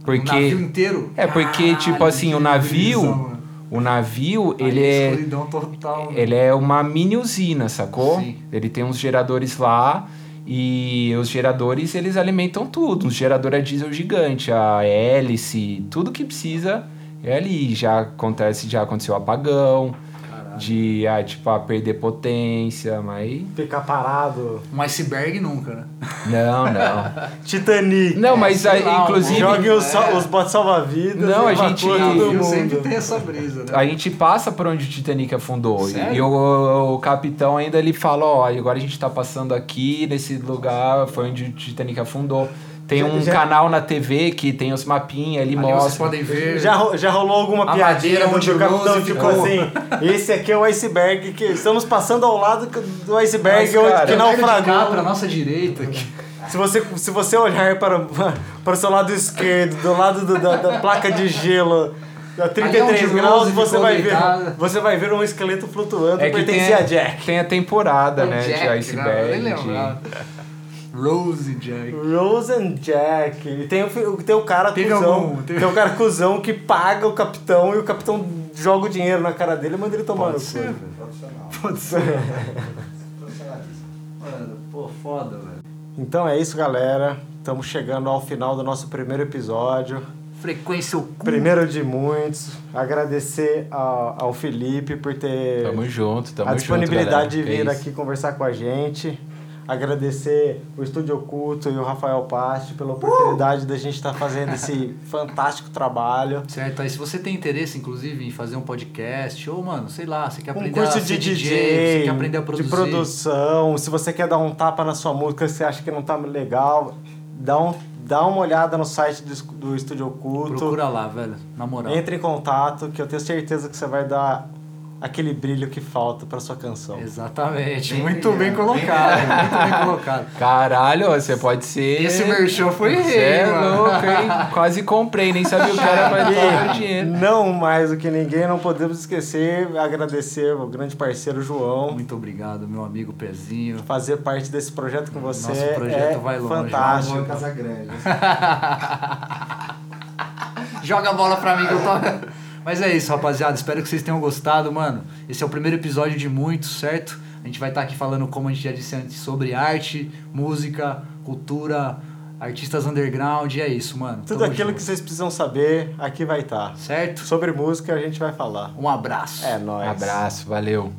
D: Porque
A: inteiro.
D: É, porque,
A: Caralho,
D: tipo assim, o
A: que
D: navio,
A: brisa, mano.
D: o navio, ele
A: Aí,
D: é,
A: Escuridão total. né?
D: ele é uma mini usina, sacou?
A: Sim.
D: Ele tem uns geradores lá e os geradores, eles alimentam tudo. Um gerador a diesel gigante, a hélice, tudo que precisa é ali. Já acontece, já aconteceu apagão,
A: Caralho.
D: de, ah, tipo, ah, perder potência, mas...
B: Ficar parado.
A: Um iceberg nunca, né?
D: Não, não.
A: (laughs)
B: Titanic.
D: Não, mas,
A: sei
D: aí,
A: lá, um
D: inclusive...
B: Jogue os, sal-
A: É.
B: os botes salva-vidas. é
D: Não, a
B: evacua
D: gente-
B: Todo
A: Tipo, Eu
B: mundo.
A: sempre tem essa brisa, né?
D: A gente passa por onde o Titanic afundou.
A: Sério?
D: E o, o capitão ainda ele fala, ó, agora a gente tá passando aqui nesse lugar, foi onde o Titanic afundou. Tem
B: Já-
D: um
B: já-
D: canal na TV que tem os mapinhas,
A: Ali
D: ele
A: vocês
D: mostra.
A: podem ver.
B: Já, ro- já rolou alguma
A: A
B: piadinha
A: madeira né?
B: onde
A: onde
B: o
A: o
B: capitão
A: Rose
B: ficou
A: ficou.
B: assim? Esse aqui é o iceberg que estamos passando ao lado do iceberg
D: Mas, cara,
B: onde que
A: Tem um cara de cá
B: naufragou.
A: pra nossa direita. aqui.
B: Se você, se você olhar para, para o seu lado esquerdo, do lado do- da, da placa de gelo a 33
A: é onde o
B: graus,
A: Rose
B: você
A: ficou
B: vai, ver,
A: deitado.
B: você vai ver um esqueleto flutuando
D: É que
B: pertencia
D: tem,
B: a Jack.
D: tem a temporada, né?
A: Jack,
D: de
A: né?
D: iceberg.
A: Eu nem lembrava. Rose Jack.
B: Rose and Jack. E tem o, fi- tem o cara
A: Teve
B: cuzão.
A: algum, teve-
B: Tem o cara cuzão que paga o capitão e o capitão joga o dinheiro na cara dele e manda ele tomar no
A: Pode
B: cu.
A: ser, velho.
E: Profissional.
A: Pode
B: (laughs)
A: ser.
E: Profissionalismo.
A: Mano, pô, foda, velho.
B: Então é isso, galera. Estamos chegando ao final do nosso primeiro episódio.
A: Frequência oculta.
B: Primeiro de muitos. Agradecer ao, ao Felipe por ter
D: Tamo junto, tamo
B: a
D: junto.
B: disponibilidade
D: galera.
B: de
D: Que
B: vir
D: isso.
B: aqui conversar com a gente. Agradecer o Estúdio Oculto e o Rafael Pasti
A: Uh!
B: pela oportunidade da gente estar
A: (laughs)
B: fazendo esse fantástico trabalho.
A: Certo, aí se você tem interesse, inclusive, em fazer um podcast, ou, mano, sei lá, você quer
B: Um
A: aprender
B: curso
A: a
B: de
A: ser
B: DJ,
A: você quer aprender a
B: de
A: produzir.
B: produção. Se você quer dar um tapa na sua música, se acha que não tá legal, dá, um, dá uma olhada no site do, do Estúdio Oculto.
A: Procura lá, velho. Na moral.
B: Entre em contato, que eu tenho certeza que você vai dar aquele brilho que falta pra sua canção.
A: Exatamente.
D: Bem
A: muito bem
D: brilhante, bem
A: colocado. muito bem colocado.
D: Caralho, ó, você pode ser.
A: Esse merchan foi
D: Você
A: rei,
D: é
A: mano.
D: louco, hein? Quase comprei, nem sabia o que era,
A: (laughs)
D: mas
B: E,
D: meu dinheiro.
B: não mais do que ninguém, não podemos esquecer, agradecer ao grande parceiro João.
A: Muito obrigado, meu amigo Pezinho.
B: Fazer parte desse projeto com você
A: Nosso projeto
B: é
A: vai longe.
E: Juan
B: fantástico.
E: Casagrande.
A: Joga a bola pra mim que eu tô. Mas é isso, rapaziada. Espero que vocês tenham gostado, mano. Esse é o primeiro episódio de muitos, certo? A gente vai estar aqui falando, como a gente já disse antes, sobre arte, música, cultura, artistas underground. E é isso, mano.
B: Tudo
A: Tamo
B: aquilo
A: junto.
B: que vocês precisam saber, aqui vai estar.
A: Certo?
B: Sobre música a gente vai falar.
A: Um abraço.
B: É nóis.
D: Abraço, valeu.